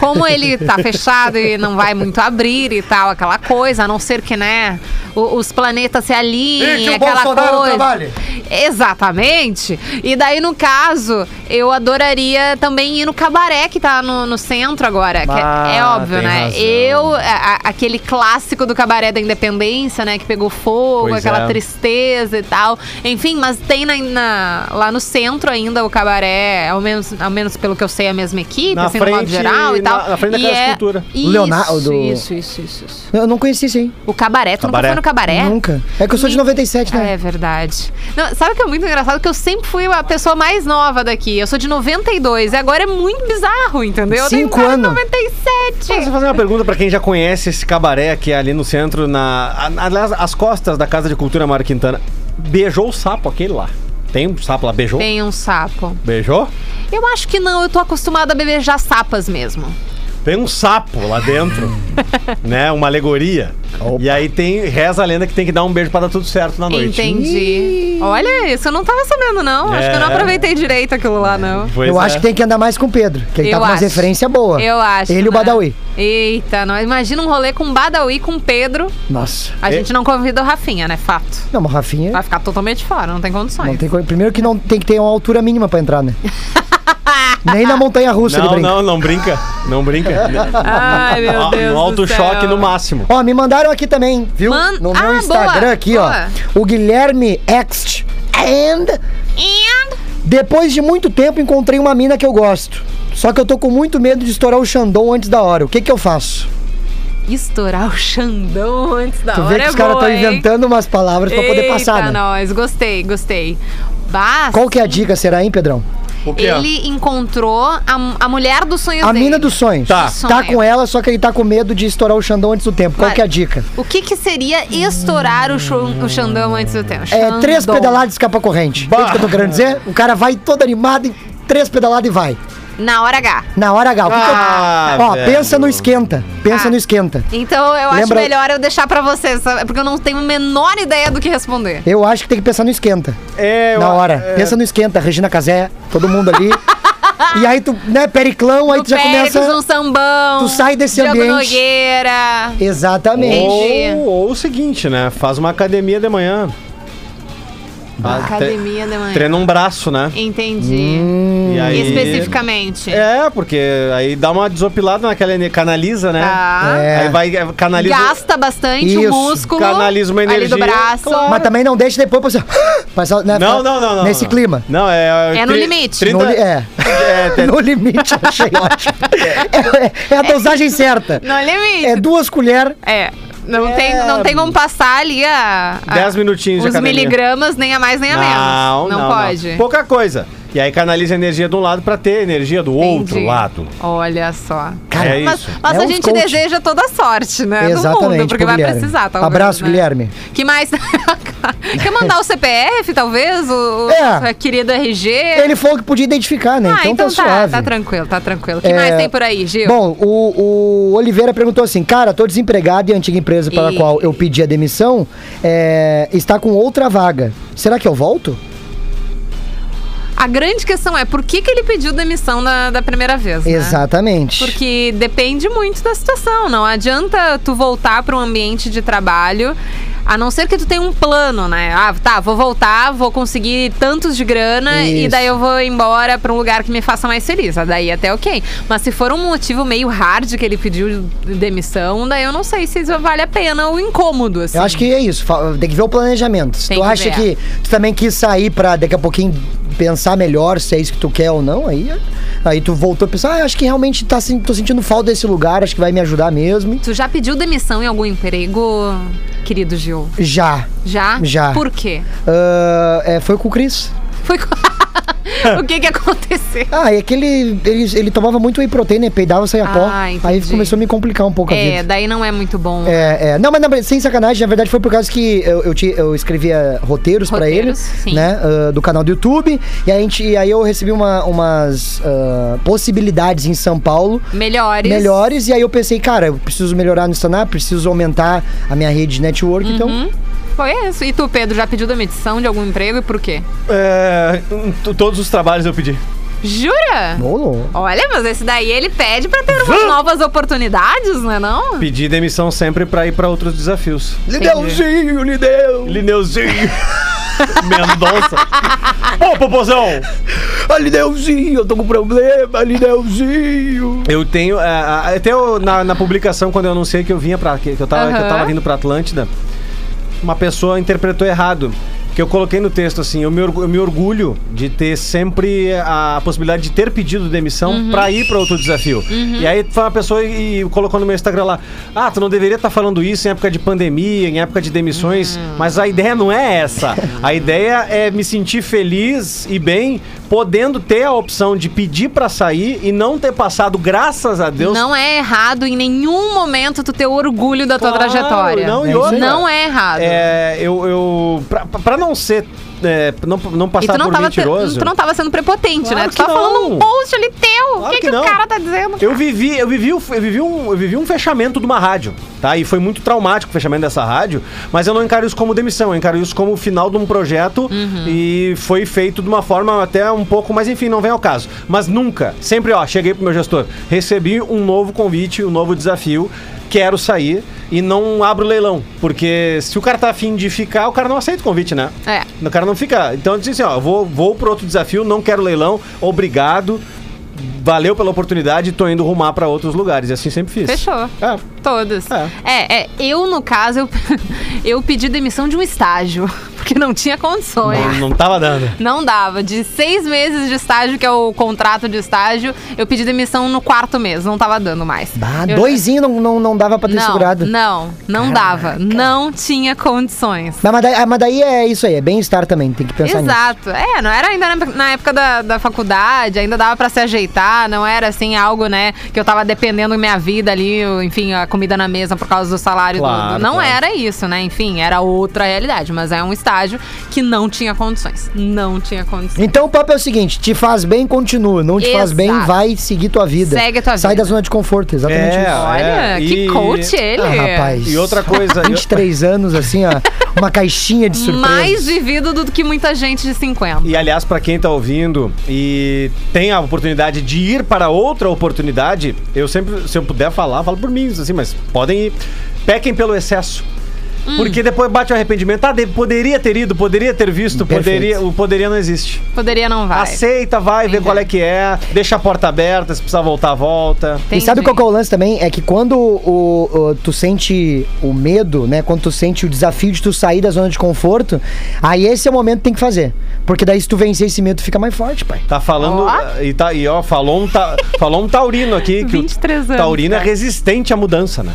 Speaker 3: como ele tá fechado e não vai muito abrir e tal, aquela coisa, a não ser que, né, o- os planetas se alinhem,
Speaker 5: E que o
Speaker 3: aquela
Speaker 5: Bolsonaro
Speaker 3: coisa.
Speaker 5: trabalhe.
Speaker 3: Exatamente. E daí, no caso, eu adoraria também ir no cabaré que tá no, no centro agora. que é-
Speaker 6: Ah,
Speaker 3: é, óbvio,
Speaker 6: tem
Speaker 3: né?
Speaker 6: razão.
Speaker 3: Eu, a- a- aquele clássico do cabaré da independência, né? Que pegou fogo,
Speaker 6: Pois
Speaker 3: aquela
Speaker 6: é.
Speaker 3: tristeza e tal. Enfim, mas tem na- na- lá no centro ainda o cabaré, ao menos, ao menos pelo que eu sei, a mesma equipe,
Speaker 6: Na
Speaker 3: assim, no modo
Speaker 6: frente-
Speaker 3: geral e tal.
Speaker 6: na- na frente da
Speaker 3: E é
Speaker 6: Casa de Cultura.
Speaker 3: Isso,
Speaker 5: Leonardo-
Speaker 3: Isso, isso, isso, isso.
Speaker 5: Eu não conheci isso, hein?
Speaker 3: O cabaré, tu nunca
Speaker 6: Cabaré.
Speaker 3: foi no cabaré?
Speaker 5: Nunca. É que eu sou de 97,
Speaker 3: Ah,
Speaker 5: né?
Speaker 3: é verdade. Não, sabe o que é muito engraçado? Que eu sempre fui a pessoa mais nova daqui. Eu sou de 92. E agora é muito bizarro, entendeu? Eu tenho
Speaker 5: Cinco
Speaker 3: cara de
Speaker 5: anos.
Speaker 3: 97.
Speaker 6: Posso fazer uma pergunta pra quem já conhece esse cabaré que é ali no centro, na, a- aliás, as costas da Casa de Cultura Mário Quintana. Beijou o sapo aquele lá. Tem um sapo lá, beijou?
Speaker 3: Tem um sapo.
Speaker 6: Beijou?
Speaker 3: Eu acho que não, eu tô acostumada a beber já sapas mesmo.
Speaker 6: Tem um sapo lá dentro, né? Uma alegoria. E aí tem reza a lenda que tem que dar um beijo pra dar tudo certo na noite.
Speaker 3: Entendi. Olha, isso eu não tava sabendo, não. Acho que eu não
Speaker 6: É.
Speaker 3: aproveitei direito aquilo lá, não.
Speaker 6: Pois
Speaker 5: Eu
Speaker 6: é.
Speaker 5: acho que tem que andar mais com o Pedro, que ele
Speaker 3: Eu
Speaker 5: tá com umas
Speaker 3: acho.
Speaker 5: referência boa.
Speaker 3: Eu acho.
Speaker 5: Ele e o
Speaker 3: né?
Speaker 5: Badawi.
Speaker 3: Eita, nós imagina um rolê com Badawi com Pedro.
Speaker 5: Nossa.
Speaker 3: A
Speaker 6: É.
Speaker 3: gente não convida o Rafinha, né? Fato.
Speaker 5: Não, mas o Rafinha.
Speaker 3: Vai ficar totalmente fora, não tem condições.
Speaker 5: Não tem co- Primeiro que não tem que ter uma altura mínima pra entrar, né? Nem na montanha russa ele
Speaker 6: Não,
Speaker 5: brinca.
Speaker 6: não, não brinca. Não brinca.
Speaker 3: Ai, meu
Speaker 6: Ó,
Speaker 3: Deus.
Speaker 6: um
Speaker 3: do
Speaker 6: alto
Speaker 3: céu.
Speaker 6: choque no máximo.
Speaker 5: Ó, me mandaram aqui também, viu?
Speaker 3: Man-
Speaker 5: No meu
Speaker 3: Ah, boa,
Speaker 5: Instagram aqui,
Speaker 3: boa.
Speaker 5: ó. O Guilherme Ext. And
Speaker 3: And-
Speaker 5: depois de muito tempo encontrei uma mina que eu gosto. Só que eu tô com muito medo de estourar o Xandão antes da hora. O que que eu faço?
Speaker 3: Estourar o Xandão antes da
Speaker 5: Tu
Speaker 3: hora.
Speaker 5: vê que
Speaker 3: é
Speaker 5: os caras
Speaker 3: boa,
Speaker 5: estão
Speaker 3: hein?
Speaker 5: inventando umas palavras pra poder
Speaker 3: Eita,
Speaker 5: passar, né?
Speaker 3: nós. Gostei, gostei. Basta.
Speaker 5: Qual que é a dica, será, hein, Pedrão?
Speaker 6: O quê?
Speaker 3: Ele encontrou a, a mulher dos sonhos
Speaker 5: A
Speaker 3: dele.
Speaker 5: mina dos sonhos.
Speaker 6: Tá.
Speaker 5: Tá
Speaker 3: Sonho.
Speaker 5: com ela, só que ele tá com medo de estourar o Xandão antes do tempo. Qual
Speaker 3: Mas-
Speaker 5: que é a dica?
Speaker 3: O que que seria estourar o, chon- o Xandão antes do tempo?
Speaker 5: É, três
Speaker 3: Xandão.
Speaker 5: pedaladas de escapa corrente. É isso que eu tô querendo dizer? O cara vai todo animado e três pedaladas e vai.
Speaker 3: Na hora H.
Speaker 5: Na hora H. o que que eu-
Speaker 6: Ah,
Speaker 5: Ó,
Speaker 6: velho.
Speaker 5: pensa no esquenta. Pensa
Speaker 3: Ah.
Speaker 5: no esquenta.
Speaker 3: Então eu
Speaker 5: Lembra-
Speaker 3: acho melhor eu deixar pra vocês, sabe? porque eu não tenho a menor ideia do que responder.
Speaker 5: Eu acho que tem que pensar no esquenta.
Speaker 6: É, eu-
Speaker 5: na hora.
Speaker 6: é.
Speaker 5: Pensa no esquenta. Regina Casé, todo mundo ali. e aí tu, né, periclão, aí
Speaker 3: No
Speaker 5: tu já
Speaker 3: Péricles,
Speaker 5: começa...
Speaker 3: no um sambão.
Speaker 5: Tu sai desse
Speaker 3: Diogo
Speaker 5: ambiente.
Speaker 3: Nogueira.
Speaker 5: Exatamente.
Speaker 3: Entendi.
Speaker 6: Ou, ou o seguinte, né? Faz uma academia de manhã. Faz- tre-
Speaker 3: Academia de manhã.
Speaker 6: Treina um braço, né?
Speaker 3: Entendi.
Speaker 6: E aí-
Speaker 3: Hum. Especificamente.
Speaker 6: É, porque aí dá uma desopilada naquela ener- canaliza, né?
Speaker 3: Tá.
Speaker 5: É.
Speaker 6: Aí vai é, canaliza
Speaker 3: Gasta bastante
Speaker 5: Isso.
Speaker 3: o músculo.
Speaker 6: Canaliza uma
Speaker 3: Ali do
Speaker 6: energia,
Speaker 3: braço.
Speaker 6: claro.
Speaker 5: Mas tá- também não deixa depois pra você... Passar, né,
Speaker 6: Não,
Speaker 5: ficar
Speaker 6: não, não, não.
Speaker 5: Nesse
Speaker 6: não.
Speaker 5: clima.
Speaker 6: Não, é.
Speaker 3: É no
Speaker 6: tri-
Speaker 3: limite.
Speaker 6: 30,
Speaker 5: No li- é.
Speaker 6: é, é,
Speaker 5: No limite, eu achei ótimo. É, é- é a dosagem certa.
Speaker 3: No limite.
Speaker 5: É duas colheres.
Speaker 3: um É. Não, Tem, não tem como passar ali a. a-
Speaker 6: Dez minutinhos de
Speaker 3: Os
Speaker 6: academia.
Speaker 3: miligramas, nem a mais nem a menos. É Não, pode.
Speaker 6: Pouca coisa. E aí canaliza a energia de um lado pra ter a energia do outro
Speaker 3: Entendi.
Speaker 6: lado.
Speaker 3: Olha só.
Speaker 6: Cara, é
Speaker 3: mas
Speaker 6: isso.
Speaker 3: mas
Speaker 5: É
Speaker 3: a
Speaker 5: um
Speaker 3: gente
Speaker 5: coach.
Speaker 3: deseja toda a sorte, né? do
Speaker 5: Exatamente,
Speaker 3: mundo, porque
Speaker 5: pro
Speaker 3: vai
Speaker 5: Guilherme.
Speaker 3: precisar, talvez.
Speaker 5: Abraço,
Speaker 3: né?
Speaker 5: Guilherme.
Speaker 3: Que mais? Quer mandar o CPF, talvez? O, o
Speaker 5: É.
Speaker 3: querido RG?
Speaker 5: Ele falou que podia identificar, né?
Speaker 3: Ah,
Speaker 5: então,
Speaker 3: então,
Speaker 5: tá,
Speaker 3: tá,
Speaker 5: suave.
Speaker 3: tá tranquilo, tá tranquilo. O que
Speaker 5: É,
Speaker 3: mais tem por aí, Gil?
Speaker 5: Bom, o, o Oliveira perguntou assim: Cara, tô desempregado e a antiga empresa pela
Speaker 3: E-
Speaker 5: qual eu pedi a demissão é, está com outra vaga. Será que eu volto?
Speaker 3: a grande questão é por que, que ele pediu demissão da, da primeira vez, né?
Speaker 5: Exatamente.
Speaker 3: Porque depende muito da situação. Não adianta tu voltar para um ambiente de trabalho. A não ser que tu tenha um plano, né? Ah, tá, vou voltar, vou conseguir tantos de grana e
Speaker 5: Isso.
Speaker 3: daí eu vou embora para um lugar que me faça mais feliz. Ah, Daí até ok. Mas se for um motivo meio hard que ele pediu demissão, daí eu não sei se isso vale a pena o incômodo, assim.
Speaker 5: Eu acho que é isso. fa- Tem que ver o planejamento. Se
Speaker 3: Tem
Speaker 5: tu
Speaker 3: que
Speaker 5: acha
Speaker 3: ver. é.
Speaker 5: que tu também quis sair pra daqui a pouquinho pensar melhor se é isso que tu quer ou não, aí, aí tu voltou a pensar, ah, acho que realmente tá, sen- tô sentindo falta desse lugar, acho que vai me ajudar mesmo.
Speaker 3: Tu já pediu demissão em algum emprego, querido Gil?
Speaker 5: Já.
Speaker 3: Já?
Speaker 5: Já.
Speaker 3: Por quê?
Speaker 5: Ah, é, foi com o Cris.
Speaker 3: Foi co- o que que aconteceu?
Speaker 5: Ah, é que ele, ele, ele tomava muito whey protein, né? Peidava, saia pó.
Speaker 3: Ah, entendi.
Speaker 5: Aí começou a me complicar um pouco a
Speaker 3: É,
Speaker 5: vida.
Speaker 3: daí não é muito bom.
Speaker 5: É, é. Não, mas na verdade, sem sacanagem, na verdade foi por causa que eu, eu, ti- eu escrevia roteiros pra ele,
Speaker 3: Roteiros, sim.
Speaker 5: né? ah, do canal do YouTube. E aí, a gente, e aí eu recebi uma- umas ah, possibilidades em São Paulo
Speaker 3: Melhores.
Speaker 5: melhores. E aí eu pensei, cara, eu preciso melhorar no stand-up, preciso aumentar a minha rede de network.
Speaker 3: Uhum.
Speaker 5: Então,
Speaker 3: Foi isso. E tu, Pedro, já pediu demissão de algum emprego e por quê?
Speaker 6: É, t- todos os trabalhos eu pedi.
Speaker 3: Jura?
Speaker 5: rolou.
Speaker 3: Olha, mas esse daí ele pede pra ter umas novas oportunidades, não é não?
Speaker 6: Pedi demissão sempre pra ir pra outros desafios.
Speaker 5: Lineuzinho, Lineu!
Speaker 6: Lineuzinho. Mendonça. Ô, popozão!
Speaker 5: Ah, Lineuzinho, eu tô com problema, Lineuzinho!
Speaker 6: Eu tenho. é, a- até eu- na, na publicação, quando eu anunciei que eu vinha pra. que, que eu, tava, que eu
Speaker 3: Aham.
Speaker 6: tava vindo pra Atlântida, uma pessoa interpretou errado. Que eu coloquei no texto assim, eu me, orgu- eu me orgulho de ter sempre a possibilidade de ter pedido demissão
Speaker 3: Uhum.
Speaker 6: pra ir pra outro desafio. E aí foi uma pessoa e, e colocou no meu Instagram lá, ah, tu não deveria estar falando isso em época de pandemia, em época de demissões, mas a ideia não é essa. A ideia é me sentir feliz e bem, podendo ter a opção de pedir pra sair e não ter passado, graças a Deus,
Speaker 3: Não é errado em nenhum momento tu ter orgulho da tua
Speaker 6: Claro,
Speaker 3: trajetória.
Speaker 6: não, e outra?
Speaker 3: Não é errado.
Speaker 6: É, eu, eu pra, pra não ser, é, não, não
Speaker 3: E
Speaker 6: passar
Speaker 3: tu não,
Speaker 6: por
Speaker 3: tava te-
Speaker 6: mentiroso.
Speaker 3: tu não tava sendo prepotente,
Speaker 6: Claro
Speaker 3: né? Tu
Speaker 6: que
Speaker 3: tava falando um
Speaker 6: não.
Speaker 3: post ali teu. o
Speaker 6: Claro
Speaker 3: que,
Speaker 6: que
Speaker 3: que, o
Speaker 6: não.
Speaker 3: cara tá dizendo?
Speaker 6: Eu vivi, eu vivi, um, eu vivi um, eu vivi um fechamento de uma rádio, tá? E foi muito traumático o fechamento dessa rádio, mas eu não encaro isso como demissão, eu encaro isso como o final de um projeto
Speaker 3: Uhum.
Speaker 6: e foi feito de uma forma até um pouco, mas enfim, não vem ao caso. Mas nunca, sempre, ó, cheguei pro meu gestor, recebi um novo convite, um novo desafio, quero sair e não abro leilão, porque se o cara tá afim de ficar, o cara não aceita o convite, né?
Speaker 3: É.
Speaker 6: O cara não fica. Então eu disse assim, ó, eu vou, vou pro outro desafio, não quero leilão, obrigado. Valeu pela oportunidade, tô indo rumar pra outros lugares. E assim sempre fiz.
Speaker 3: Fechou.
Speaker 6: É.
Speaker 3: Todos.
Speaker 6: É.
Speaker 3: É, é, eu, no caso, eu, eu pedi demissão de um estágio, porque não tinha condições.
Speaker 6: Não, não tava dando.
Speaker 3: Não dava. De seis meses de estágio, que é o contrato de estágio, eu pedi demissão no quarto mês. Não tava dando mais.
Speaker 5: Bah,
Speaker 3: Eu-
Speaker 5: doisinho não, não, não dava pra ter
Speaker 3: Não,
Speaker 5: segurado.
Speaker 3: não, não dava. Não tinha condições.
Speaker 5: Mas, mas daí, ah, mas daí é isso aí, é bem-estar também, tem que pensar nisso.
Speaker 3: Exato. É, não era ainda na, na época da, da faculdade, ainda dava pra se ajeitar, não era assim algo, né, que eu tava dependendo da minha vida ali, eu, enfim, a comida na mesa por causa do salário do-
Speaker 6: Claro,
Speaker 3: do, Não
Speaker 6: claro.
Speaker 3: era isso, né? Enfim, era outra realidade, mas é um estágio que não tinha condições. Não tinha condições.
Speaker 5: Então o papo é o seguinte: te faz bem, continua. Não te faz
Speaker 3: Exato.
Speaker 5: bem, vai seguir tua vida.
Speaker 3: Segue a tua
Speaker 5: Sai
Speaker 3: vida.
Speaker 5: da zona de conforto, exatamente
Speaker 6: É,
Speaker 5: isso.
Speaker 3: Olha,
Speaker 6: é,
Speaker 3: que
Speaker 6: e-
Speaker 3: coach ele.
Speaker 5: Ah, rapaz.
Speaker 6: E outra coisa, eu-
Speaker 5: 23 anos, assim, ó. Uma caixinha de surpresa.
Speaker 3: Mais vivido do que muita gente de 50.
Speaker 6: E aliás, pra quem tá ouvindo e tem a oportunidade de ir para outra oportunidade, eu sempre, se eu puder falar, falo por mim, assim, mas podem ir. Pequem pelo excesso. Porque depois bate o arrependimento. Ah, de- poderia ter ido, poderia ter visto,
Speaker 5: Perfeito.
Speaker 6: poderia, o poderia não existe.
Speaker 3: Poderia não vai.
Speaker 6: Aceita, vai, vê qual é que é, deixa a porta aberta, se precisar voltar, volta.
Speaker 5: E sabe qual que é o lance também? É que quando o, o- tu sente o medo, né? Quando tu sente o desafio de tu sair da zona de conforto, aí esse é o momento que tem que fazer. Porque daí se tu vencer esse medo, tu fica mais forte, pai.
Speaker 6: Tá falando.
Speaker 3: Ó.
Speaker 6: E, tá, e ó, falou um, ta- falou um taurino aqui. Que
Speaker 3: 23
Speaker 6: o
Speaker 3: anos,
Speaker 6: taurino é
Speaker 3: cara.
Speaker 6: resistente à mudança, né?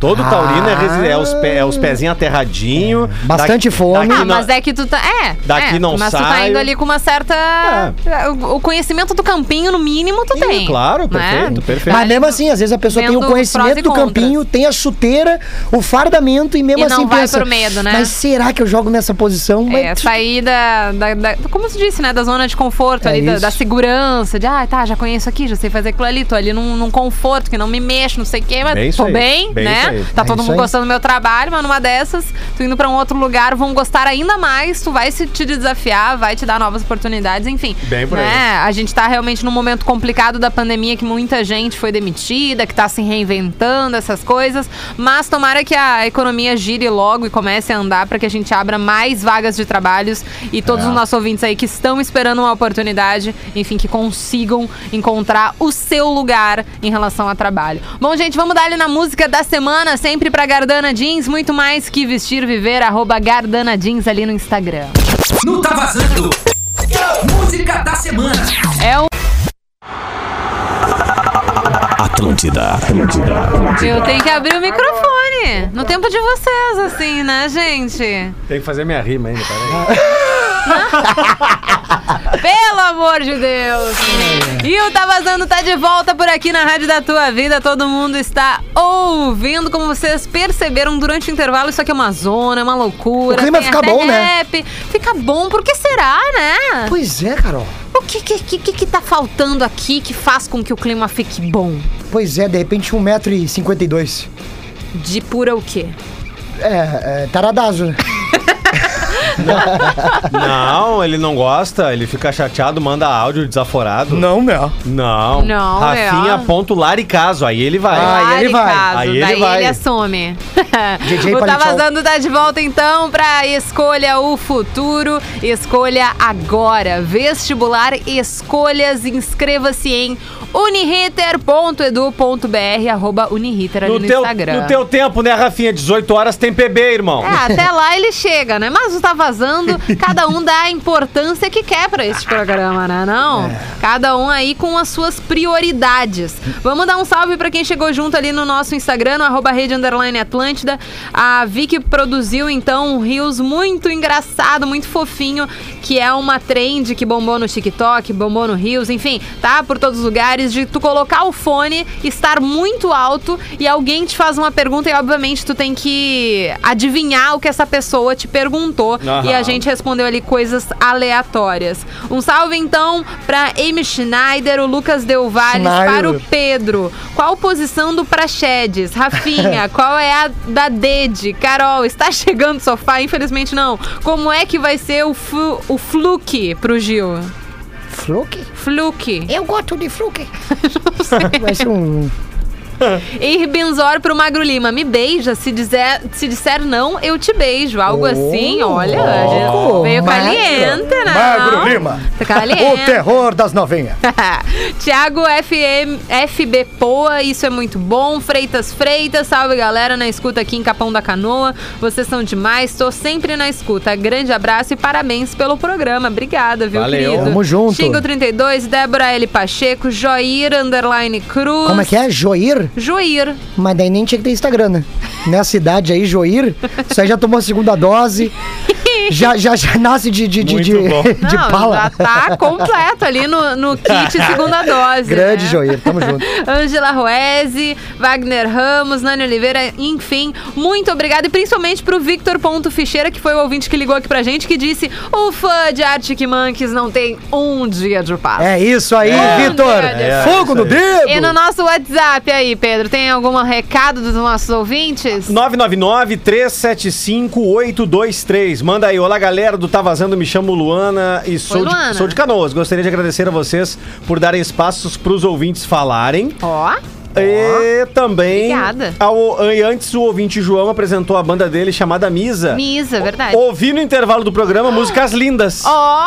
Speaker 6: Todo taurino é, resi- é os, pé- é os pezinhos aterradinho.
Speaker 5: Ah. É. Bastante
Speaker 6: daqui-
Speaker 5: fome.
Speaker 6: daqui
Speaker 3: Ah,
Speaker 6: não-
Speaker 3: mas é que tu tá. É.
Speaker 6: Daqui
Speaker 3: é,
Speaker 6: não
Speaker 3: Mas tu tá
Speaker 6: saio.
Speaker 3: indo ali com uma certa. O o conhecimento do campinho, no mínimo, tu
Speaker 6: Sim,
Speaker 3: tem.
Speaker 6: claro, perfeito, perfeito.
Speaker 5: né? Mas
Speaker 3: Tá ali
Speaker 5: mesmo
Speaker 3: no-
Speaker 5: assim, às vezes a pessoa tem
Speaker 3: vendo
Speaker 5: o
Speaker 3: prós e
Speaker 5: conhecimento do campinho, tem a chuteira, o fardamento e mesmo
Speaker 3: E não
Speaker 5: assim
Speaker 3: vai
Speaker 5: pensa.
Speaker 3: pro medo, né?
Speaker 5: Mas será que eu jogo nessa posição?
Speaker 3: É,
Speaker 5: Mas-
Speaker 3: sair da, da, da- Como se disse, né? Da zona de conforto
Speaker 5: É
Speaker 3: ali, da,
Speaker 5: isso.
Speaker 3: da segurança, de ah, tá, já conheço aqui, já sei fazer aquilo ali, tô ali num, num conforto, que não me mexo, não sei o quê, mas
Speaker 6: Bem isso
Speaker 3: tô
Speaker 6: aí,
Speaker 3: bem,
Speaker 6: bem
Speaker 3: né?
Speaker 6: isso aí.
Speaker 3: Tá
Speaker 5: É
Speaker 3: todo
Speaker 5: isso
Speaker 3: mundo
Speaker 5: aí.
Speaker 3: gostando do meu trabalho, mas numa dessas, tu indo pra um outro lugar, vão gostar ainda mais, tu vai se te desafiar, vai te dar novas oportunidades, enfim.
Speaker 6: Bem por
Speaker 3: né? A gente tá realmente num momento complicado da pandemia, que muita gente foi demitida, que tá se reinventando, essas coisas, mas tomara que a economia gire logo e comece a andar pra que a gente abra mais vagas de trabalhos e todos os nossos ouvintes aí que estão esperando uma oportunidade, enfim, que consigam encontrar o seu lugar em relação a trabalho. Bom, gente, vamos dar ali na música da semana, sempre pra Gardana Jeans, muito mais que vestir, viver, arroba Gardana Jeans ali no Instagram.
Speaker 2: Não tá vazando. Música da semana.
Speaker 3: É o
Speaker 1: Atlântida, Atlântida, Atlântida.
Speaker 3: Eu tenho que abrir o microfone. No tempo de vocês, assim, né, gente?
Speaker 6: Tem que fazer minha rima ainda, peraí.
Speaker 3: Pelo amor de Deus! E o Tá Vazando tá de volta por aqui na Rádio da Tua Vida. Todo mundo está ouvindo, como vocês perceberam durante o intervalo. Isso aqui é uma zona, é uma
Speaker 5: O
Speaker 3: loucura.
Speaker 5: clima
Speaker 3: tem
Speaker 5: fica
Speaker 3: até
Speaker 5: bom, né?
Speaker 3: rap. Fica bom, porque será, né?
Speaker 5: Pois é, Carol.
Speaker 3: O que, que, que, que que tá faltando aqui que faz com que o clima fique bom?
Speaker 5: Pois é, de repente 1,52m.
Speaker 3: De pura o quê?
Speaker 5: É, é taradazo, né?
Speaker 6: Não, ele não gosta, ele fica chateado, manda áudio desaforado.
Speaker 5: Não, não.
Speaker 6: Não.
Speaker 3: Não,
Speaker 6: Rafinha
Speaker 3: é.
Speaker 6: ponto laricaso, aí ele vai.
Speaker 5: Ah,
Speaker 3: Claro,
Speaker 5: ele
Speaker 3: em
Speaker 5: vai.
Speaker 3: caso.
Speaker 6: Aí ele
Speaker 3: Daí
Speaker 6: vai.
Speaker 3: ele assume.
Speaker 5: DJ
Speaker 3: o Tá
Speaker 5: Palitol.
Speaker 3: Vazando tá de volta então pra Escolha o Futuro, Escolha Agora. Vestibular Escolhas, inscreva-se em uniriter.edu.br, arroba uniriter ali
Speaker 6: No
Speaker 3: no,
Speaker 6: teu,
Speaker 3: Instagram.
Speaker 6: no teu tempo, né, Rafinha? 18 horas tem PB, irmão.
Speaker 3: É, até lá ele chega, né? Mas o Tá Vazando, cada um dá a importância que quer pra este programa, né? Não? Cada um aí com as suas prioridades. Vamos dar um salve pra quem chegou junto ali no nosso Instagram, no arroba rede underline Atlântida. A Vicky produziu, então, um Rios muito engraçado, muito fofinho, que é uma trend que bombou no TikTok, bombou no Rios, enfim, tá? Por todos os lugares, de tu colocar o fone, estar muito alto e alguém te faz uma pergunta e, obviamente, tu tem que adivinhar o que essa pessoa te perguntou.
Speaker 6: Aham.
Speaker 3: E a gente respondeu ali coisas aleatórias. Um salve, então, pra Amy Schneider, o Lucas Del Valle,
Speaker 5: Schneider.
Speaker 3: para o Pedro. Qual posição do Praxedes? Rafinha, qual é a da Dede? Carol, está chegando o sofá? Infelizmente não. Como é que vai ser o, flu, o fluke pro Gil?
Speaker 5: Fluke?
Speaker 3: Fluke.
Speaker 5: Eu gosto de fluke. Vai ser um...
Speaker 3: E Benzor pro Magro Lima. Me beija. Se, dizer, se disser não, eu te beijo. Algo assim, olha.
Speaker 5: Oh, louco.
Speaker 3: veio
Speaker 5: Magro.
Speaker 3: caliente, né?
Speaker 5: Magro
Speaker 3: Não?
Speaker 5: Lima.
Speaker 3: Tá Caliente.
Speaker 5: O terror das novinhas.
Speaker 3: Tiago FM, FB Poa, isso é muito bom. Freitas Freitas, salve galera na escuta aqui em Capão da Canoa. Vocês são demais, tô sempre na escuta. Grande abraço e parabéns pelo programa. Obrigada, viu,
Speaker 6: Valeu.
Speaker 3: querido?
Speaker 5: Tamo junto.
Speaker 3: Xingo 32, Débora L. Pacheco, Joir Underline Cruz.
Speaker 5: Como é que é? Joir?
Speaker 3: Joir.
Speaker 5: Mas daí nem tinha que ter Instagram, né? Nessa idade aí, Joir, isso aí já tomou a segunda dose. Já, já, já nasce de, de, de, de,
Speaker 6: Muito bom.
Speaker 5: de
Speaker 3: Não, já
Speaker 5: pala.
Speaker 3: tá completo ali no, no kit segunda dose.
Speaker 5: Grande,
Speaker 3: né?
Speaker 5: Joir, tamo junto.
Speaker 3: Ângela Roese, Wagner Ramos, Nani Oliveira, enfim, muito obrigada. E principalmente pro Victor Ponto Ficheira, que foi o ouvinte que ligou aqui pra gente, que disse: o fã de Arctic Monkeys não tem um dia de paz.
Speaker 5: É isso aí, Vitor!
Speaker 3: É,
Speaker 5: Fogo no dedo!
Speaker 3: E no nosso WhatsApp aí, Pedro, tem algum recado dos nossos ouvintes?
Speaker 6: 999-375-823. Manda aí. Olá, galera do Tá Vazando. Me chamo Luana e sou,
Speaker 3: Luana.
Speaker 6: De, sou de Canoas. Gostaria de agradecer a vocês por darem espaços para os ouvintes falarem.
Speaker 3: Ó,
Speaker 6: E também.
Speaker 3: Obrigada.
Speaker 6: Ao, e antes, o ouvinte João apresentou a banda dele chamada Misa.
Speaker 3: Misa, verdade.
Speaker 6: Ouvi no intervalo do programa músicas lindas.
Speaker 3: Ó,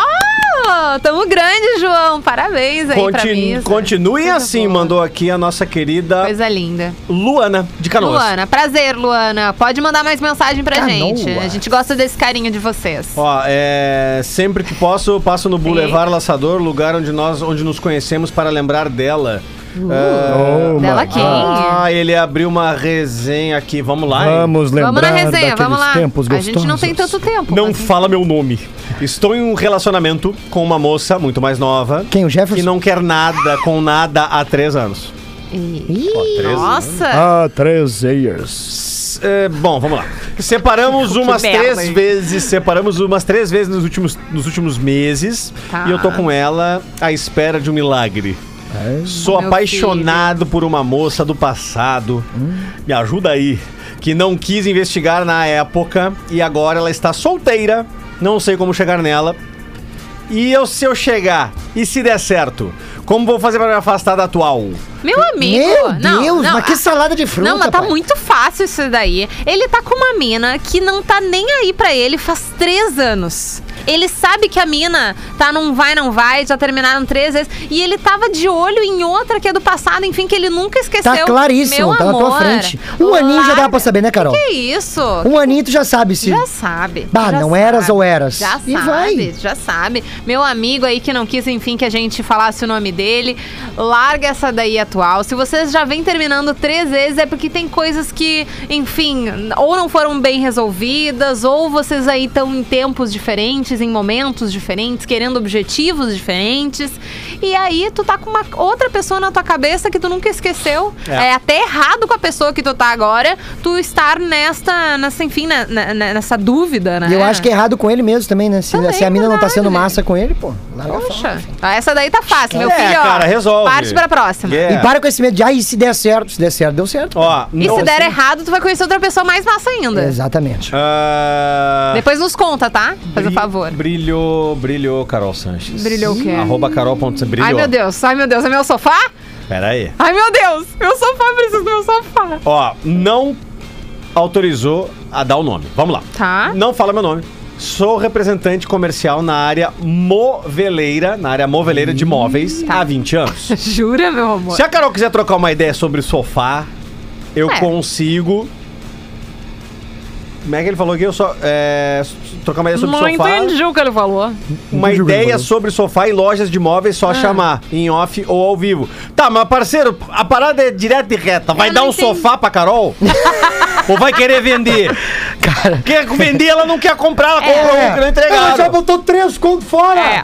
Speaker 3: tamo grande, João. Parabéns aí pra
Speaker 6: Continu-
Speaker 3: mim.
Speaker 6: continuem
Speaker 3: Coisa
Speaker 6: assim,
Speaker 3: boa.
Speaker 6: mandou aqui a nossa querida
Speaker 3: Coisa linda.
Speaker 6: Luana de
Speaker 5: Tá
Speaker 6: Canoas.
Speaker 3: Luana, prazer, Luana. Pode mandar mais mensagem pra
Speaker 5: Canoas.
Speaker 3: gente. A gente gosta desse carinho de vocês.
Speaker 6: Ó, é, sempre que posso, eu passo no Boulevard Laçador, lugar onde nós onde nos conhecemos para lembrar dela.
Speaker 5: Ah,
Speaker 3: Dela quem?
Speaker 5: Ah, ele abriu uma resenha aqui. Vamos lá. hein?
Speaker 6: Vamos lembrar
Speaker 3: Vamos na resenha, vamos
Speaker 6: daqueles
Speaker 3: lá.
Speaker 6: tempos
Speaker 3: a gente não
Speaker 6: gostosos.
Speaker 3: tem tanto tempo.
Speaker 5: Não
Speaker 3: mas-
Speaker 5: fala meu nome. Estou em um relacionamento com uma moça muito mais nova.
Speaker 2: Quem, o Jefferson?
Speaker 5: Que não quer nada com nada há três anos.
Speaker 3: Ih,
Speaker 5: treze,
Speaker 3: Nossa!
Speaker 6: Ah, três years.
Speaker 5: S- é, bom, vamos lá. Separamos umas
Speaker 3: merda,
Speaker 5: três
Speaker 3: hein?
Speaker 5: vezes. Separamos umas três vezes nos últimos, nos últimos meses.
Speaker 3: Tá.
Speaker 5: E eu tô com ela à espera de um milagre. Sou
Speaker 3: Meu
Speaker 5: apaixonado por uma moça do passado.
Speaker 2: Hum.
Speaker 5: Me ajuda aí. Que não quis investigar na época e agora ela está solteira. Não sei como chegar nela. E eu, se eu chegar e se der certo, como vou fazer para me afastar da atual?
Speaker 3: Meu amigo!
Speaker 2: Meu
Speaker 3: não,
Speaker 2: Deus,
Speaker 3: não,
Speaker 2: mas que salada de fruta.
Speaker 3: Não, mas tá
Speaker 2: pai.
Speaker 3: muito fácil isso daí. Ele tá com uma mina que não tá nem aí pra ele faz três anos. Ele sabe que a mina tá num vai, não vai, já terminaram três vezes. E ele tava de olho em outra que é do passado, enfim, que ele nunca esqueceu.
Speaker 2: Tá claríssimo,
Speaker 3: Meu
Speaker 2: tá na tua
Speaker 3: amor,
Speaker 2: frente. Um aninho já dá pra saber, né, Carol?
Speaker 3: Que isso?
Speaker 2: Um aninho tu já sabe se.
Speaker 3: Já sabe.
Speaker 2: Bah,
Speaker 3: já
Speaker 2: não eras ou eras?
Speaker 3: Já
Speaker 2: E
Speaker 3: sabe,
Speaker 2: vai.
Speaker 3: já sabe. Meu amigo aí que não quis, enfim, que a gente falasse o nome dele, larga essa daí atual. Se vocês já vêm terminando três vezes, é porque tem coisas que, enfim, ou não foram bem resolvidas, ou vocês aí estão em tempos diferentes, em momentos diferentes, querendo objetivos diferentes. E aí tu tá com uma outra pessoa na tua cabeça que tu nunca esqueceu. É, até errado com a pessoa que tu tá agora, tu estar nesta, nessa, enfim, na- na- na- nessa dúvida, né?
Speaker 2: E eu acho que é errado com ele mesmo também, né? Se,
Speaker 3: Também,
Speaker 2: se a mina não tá
Speaker 3: verdade.
Speaker 2: sendo massa com ele, pô. larga fora.
Speaker 3: Poxa, ah, essa daí tá fácil, meu
Speaker 5: É,
Speaker 3: filho. ó,
Speaker 5: cara, resolve.
Speaker 3: Parte pra próxima.
Speaker 5: Yeah.
Speaker 2: E para com esse medo de, ah, e se der certo? Se der certo, deu certo.
Speaker 5: Ó,
Speaker 3: E
Speaker 5: não-
Speaker 3: se der errado, tu vai conhecer outra pessoa mais massa ainda.
Speaker 2: Exatamente.
Speaker 5: Ah,
Speaker 3: Depois nos conta, tá? Faz o
Speaker 5: Bri-
Speaker 3: favor.
Speaker 5: Brilhou, brilhou, Carol Sanches.
Speaker 3: Brilhou o quê?
Speaker 5: Arroba Carol. Brilhou.
Speaker 3: Ai, meu Deus. Ai, meu Deus. É meu sofá?
Speaker 5: Pera aí.
Speaker 3: Ai, meu Deus. Meu sofá, preciso do meu sofá.
Speaker 5: Ó, não autorizou a dar o nome. Vamos lá.
Speaker 3: Tá.
Speaker 5: Não fala meu nome. Sou representante comercial na área moveleira, na área moveleira
Speaker 2: Hum.
Speaker 5: de móveis,
Speaker 3: Tá.
Speaker 5: há 20 anos.
Speaker 3: Jura, meu amor?
Speaker 5: Se a Carol quiser trocar uma ideia sobre sofá, eu
Speaker 3: É.
Speaker 5: consigo. Como é que ele falou aqui? Eu só. É, s- trocar uma ideia sobre
Speaker 3: Não
Speaker 5: sofá.
Speaker 3: entendi o que ele falou.
Speaker 5: Uma
Speaker 6: Entendi o que ele
Speaker 5: ideia
Speaker 6: falou.
Speaker 5: sobre sofá e lojas de móveis,
Speaker 3: Ah.
Speaker 5: só chamar em off ou ao vivo. Tá, mas parceiro, a parada é direta e reta. Vai
Speaker 3: Eu
Speaker 5: dar
Speaker 3: não
Speaker 5: um
Speaker 3: entendi.
Speaker 5: sofá pra Carol? ou vai querer vender?
Speaker 2: Cara.
Speaker 5: Quer vender, ela não quer comprar, ela compra o que não entregaram.
Speaker 2: botou três contos fora.
Speaker 3: É.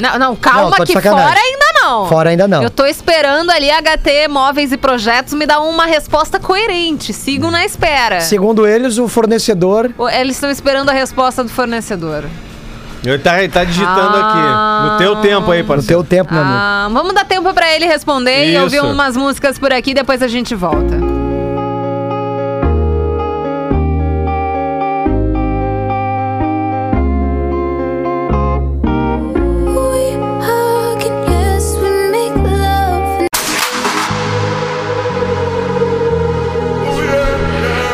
Speaker 3: Não, não,
Speaker 2: Não,
Speaker 3: calma
Speaker 2: tô de
Speaker 3: que
Speaker 2: sacanagem.
Speaker 3: fora ainda não.
Speaker 2: Fora ainda não.
Speaker 3: Eu tô esperando ali a HT Móveis e Projetos me dar uma resposta coerente. Sigo na espera.
Speaker 2: Segundo eles, o fornecedor...
Speaker 3: Eles estão esperando a resposta do fornecedor.
Speaker 5: Ele tá, ele tá digitando
Speaker 3: Ah.
Speaker 5: aqui. No teu tempo aí,
Speaker 2: No teu
Speaker 5: parceiro.
Speaker 2: tempo, meu amigo.
Speaker 3: Ah, vamos dar tempo pra ele responder e
Speaker 5: Isso.
Speaker 3: ouvir umas músicas por aqui, depois a gente volta.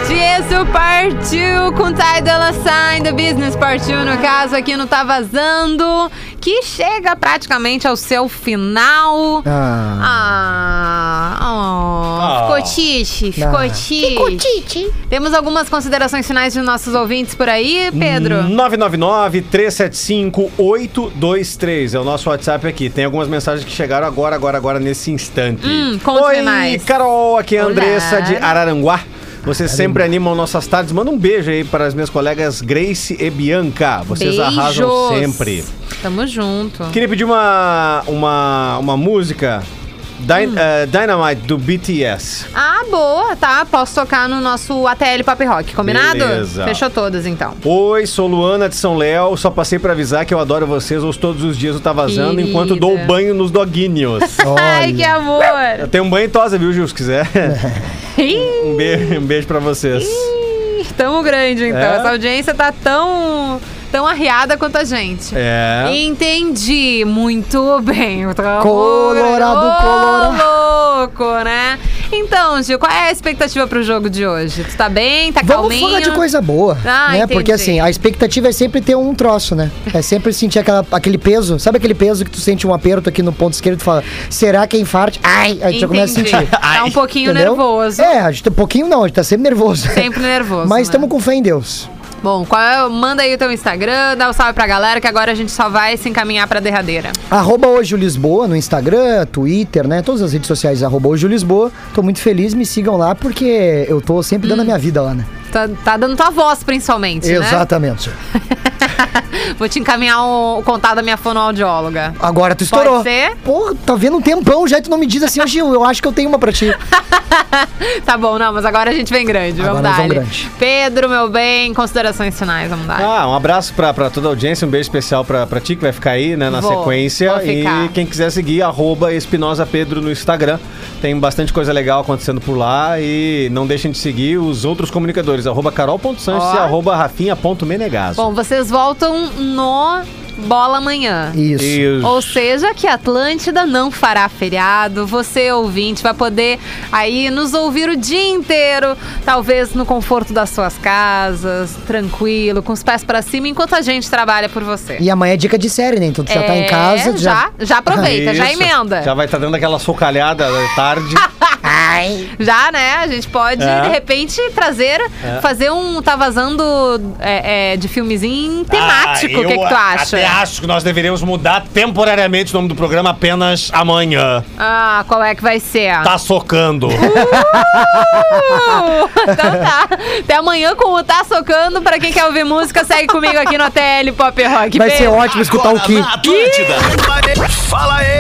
Speaker 3: Tiesto partiu com Ty Dolla Sign, The Business partiu, no caso, aqui no Tá Vazando, que chega praticamente ao seu final.
Speaker 2: Ah.
Speaker 3: Ah, oh,
Speaker 5: Ah.
Speaker 3: ficou tiche, ficou
Speaker 2: Ah.
Speaker 3: tiche. Temos algumas considerações finais de nossos ouvintes por aí, Pedro?
Speaker 5: Hum, 999-375-823 é o nosso WhatsApp aqui. Tem algumas mensagens que chegaram agora, agora, agora, nesse instante.
Speaker 3: Hum, conte-me
Speaker 5: Oi,
Speaker 3: mais.
Speaker 5: Carol, aqui é a
Speaker 3: Olá.
Speaker 5: Andressa de Araranguá. Vocês sempre animam nossas tardes. Manda um beijo aí para as minhas colegas Grace e Bianca. Vocês arrasam
Speaker 3: Beijos.
Speaker 5: sempre.
Speaker 3: Tamo junto.
Speaker 5: Queria pedir uma, uma, uma música Dyn-
Speaker 3: Hum.
Speaker 5: eh, Dynamite do BTS.
Speaker 3: Ah, boa, tá? Posso tocar no nosso ATL Pop Rock, combinado?
Speaker 5: Beleza.
Speaker 3: Fechou todas, então.
Speaker 5: Oi, sou Luana de São Léo. Só passei pra avisar que eu adoro vocês. Ouço todos os dias o Tá Vazando
Speaker 3: Querida.
Speaker 5: enquanto dou banho nos doguinhos.
Speaker 3: Ai, que amor!
Speaker 5: eu tenho um banho e tosa, viu, Gil, se quiser. um, beijo, um beijo pra vocês.
Speaker 3: Ih, Tamo grande, então.
Speaker 5: É?
Speaker 3: Essa audiência tá tão, tão arriada quanto a gente.
Speaker 5: É.
Speaker 3: Entendi, muito bem. Tá
Speaker 2: Colorado,
Speaker 3: Ô,
Speaker 2: colorado.
Speaker 3: louco, né? Então, Gil, qual é a expectativa pro jogo de hoje? Tu tá bem? Tá
Speaker 2: Vamos
Speaker 3: calminho?
Speaker 2: falar de coisa boa,
Speaker 3: Ah,
Speaker 2: né?
Speaker 3: entendi.
Speaker 2: Porque assim, a expectativa é sempre ter um troço, né? É sempre sentir aquela- aquele peso. Sabe aquele peso que tu sente um aperto aqui no ponto esquerdo e tu fala, será que é infarte? Ai! Aí tu já começa a
Speaker 3: Entendi.
Speaker 2: sentir.
Speaker 3: Tá um pouquinho
Speaker 2: Entendeu?
Speaker 3: nervoso.
Speaker 2: É, a gente, tá- um pouquinho não, a gente tá sempre nervoso.
Speaker 3: Sempre nervoso.
Speaker 2: Mas
Speaker 3: né?
Speaker 2: estamos com fé em Deus.
Speaker 3: Bom, qual é- manda aí o teu Instagram, dá um salve pra galera que agora a gente só vai se encaminhar pra derradeira.
Speaker 5: Arroba hoje o Lisboa no Instagram, Twitter, né? Todas as redes sociais, arroba hoje o Lisboa. Tô muito feliz, me sigam lá porque eu tô sempre dando a minha vida lá, né?
Speaker 3: Tá, tá dando tua voz, principalmente,
Speaker 5: Exatamente.
Speaker 3: né? Vou te encaminhar o, o contato da minha fonoaudióloga.
Speaker 5: Agora tu estourou.
Speaker 3: Pode ser?
Speaker 5: Pô, tá vendo um tempão já e tu não me diz assim, ô Gil, eu acho que eu tenho uma pra ti.
Speaker 3: Tá bom, não, mas agora a gente vem grande, vamos
Speaker 5: Agora nós
Speaker 3: dar.
Speaker 5: vamos
Speaker 3: Pedro, meu bem, considerações finais, vamos dar.
Speaker 6: Ah, um abraço pra, pra toda a audiência, um beijo especial pra, pra ti que vai ficar aí, né, na
Speaker 3: Vou,
Speaker 6: sequência.
Speaker 3: vou ficar.
Speaker 6: e quem quiser seguir, arroba Espinosa Pedro no Instagram. Tem bastante coisa legal acontecendo por lá e não deixem de seguir os outros comunicadores, arroba carol.sanches e
Speaker 3: Ó.
Speaker 6: arroba rafinha.menegaso.
Speaker 3: Bom, vocês voltam no Bola Amanhã.
Speaker 5: Isso.
Speaker 6: Isso.
Speaker 3: Ou seja, que Atlântida não fará feriado. Você, ouvinte, vai poder aí nos ouvir o dia inteiro, talvez no conforto das suas casas, tranquilo, com os pés pra cima, enquanto a gente trabalha por você.
Speaker 5: E amanhã é dica de série, né? Então tu já tá em
Speaker 3: É,
Speaker 5: casa, tu
Speaker 3: já, já aproveita, já
Speaker 6: Isso.
Speaker 3: emenda.
Speaker 6: Já
Speaker 3: Já,
Speaker 6: vai estar dando aquela socalhada da tarde.
Speaker 3: né? A gente pode,
Speaker 6: É.
Speaker 3: de repente, trazer,
Speaker 6: É.
Speaker 3: fazer um tá vazando é, é, de filmezinho
Speaker 6: Ah,
Speaker 3: temático. o que, que tu acha?
Speaker 1: Ah, Até acho que nós deveríamos mudar temporariamente o nome do programa apenas amanhã.
Speaker 3: Ah, qual é que vai ser?
Speaker 1: Tá socando.
Speaker 3: Uh, então tá. Até amanhã com o Tá Socando. Pra quem quer ouvir música, segue comigo aqui no ATL Pop Rock.
Speaker 5: Vai
Speaker 3: Beijo.
Speaker 1: Ah,
Speaker 5: ser ótimo escutar o Ki.
Speaker 1: Atlântida.
Speaker 2: Fala aí!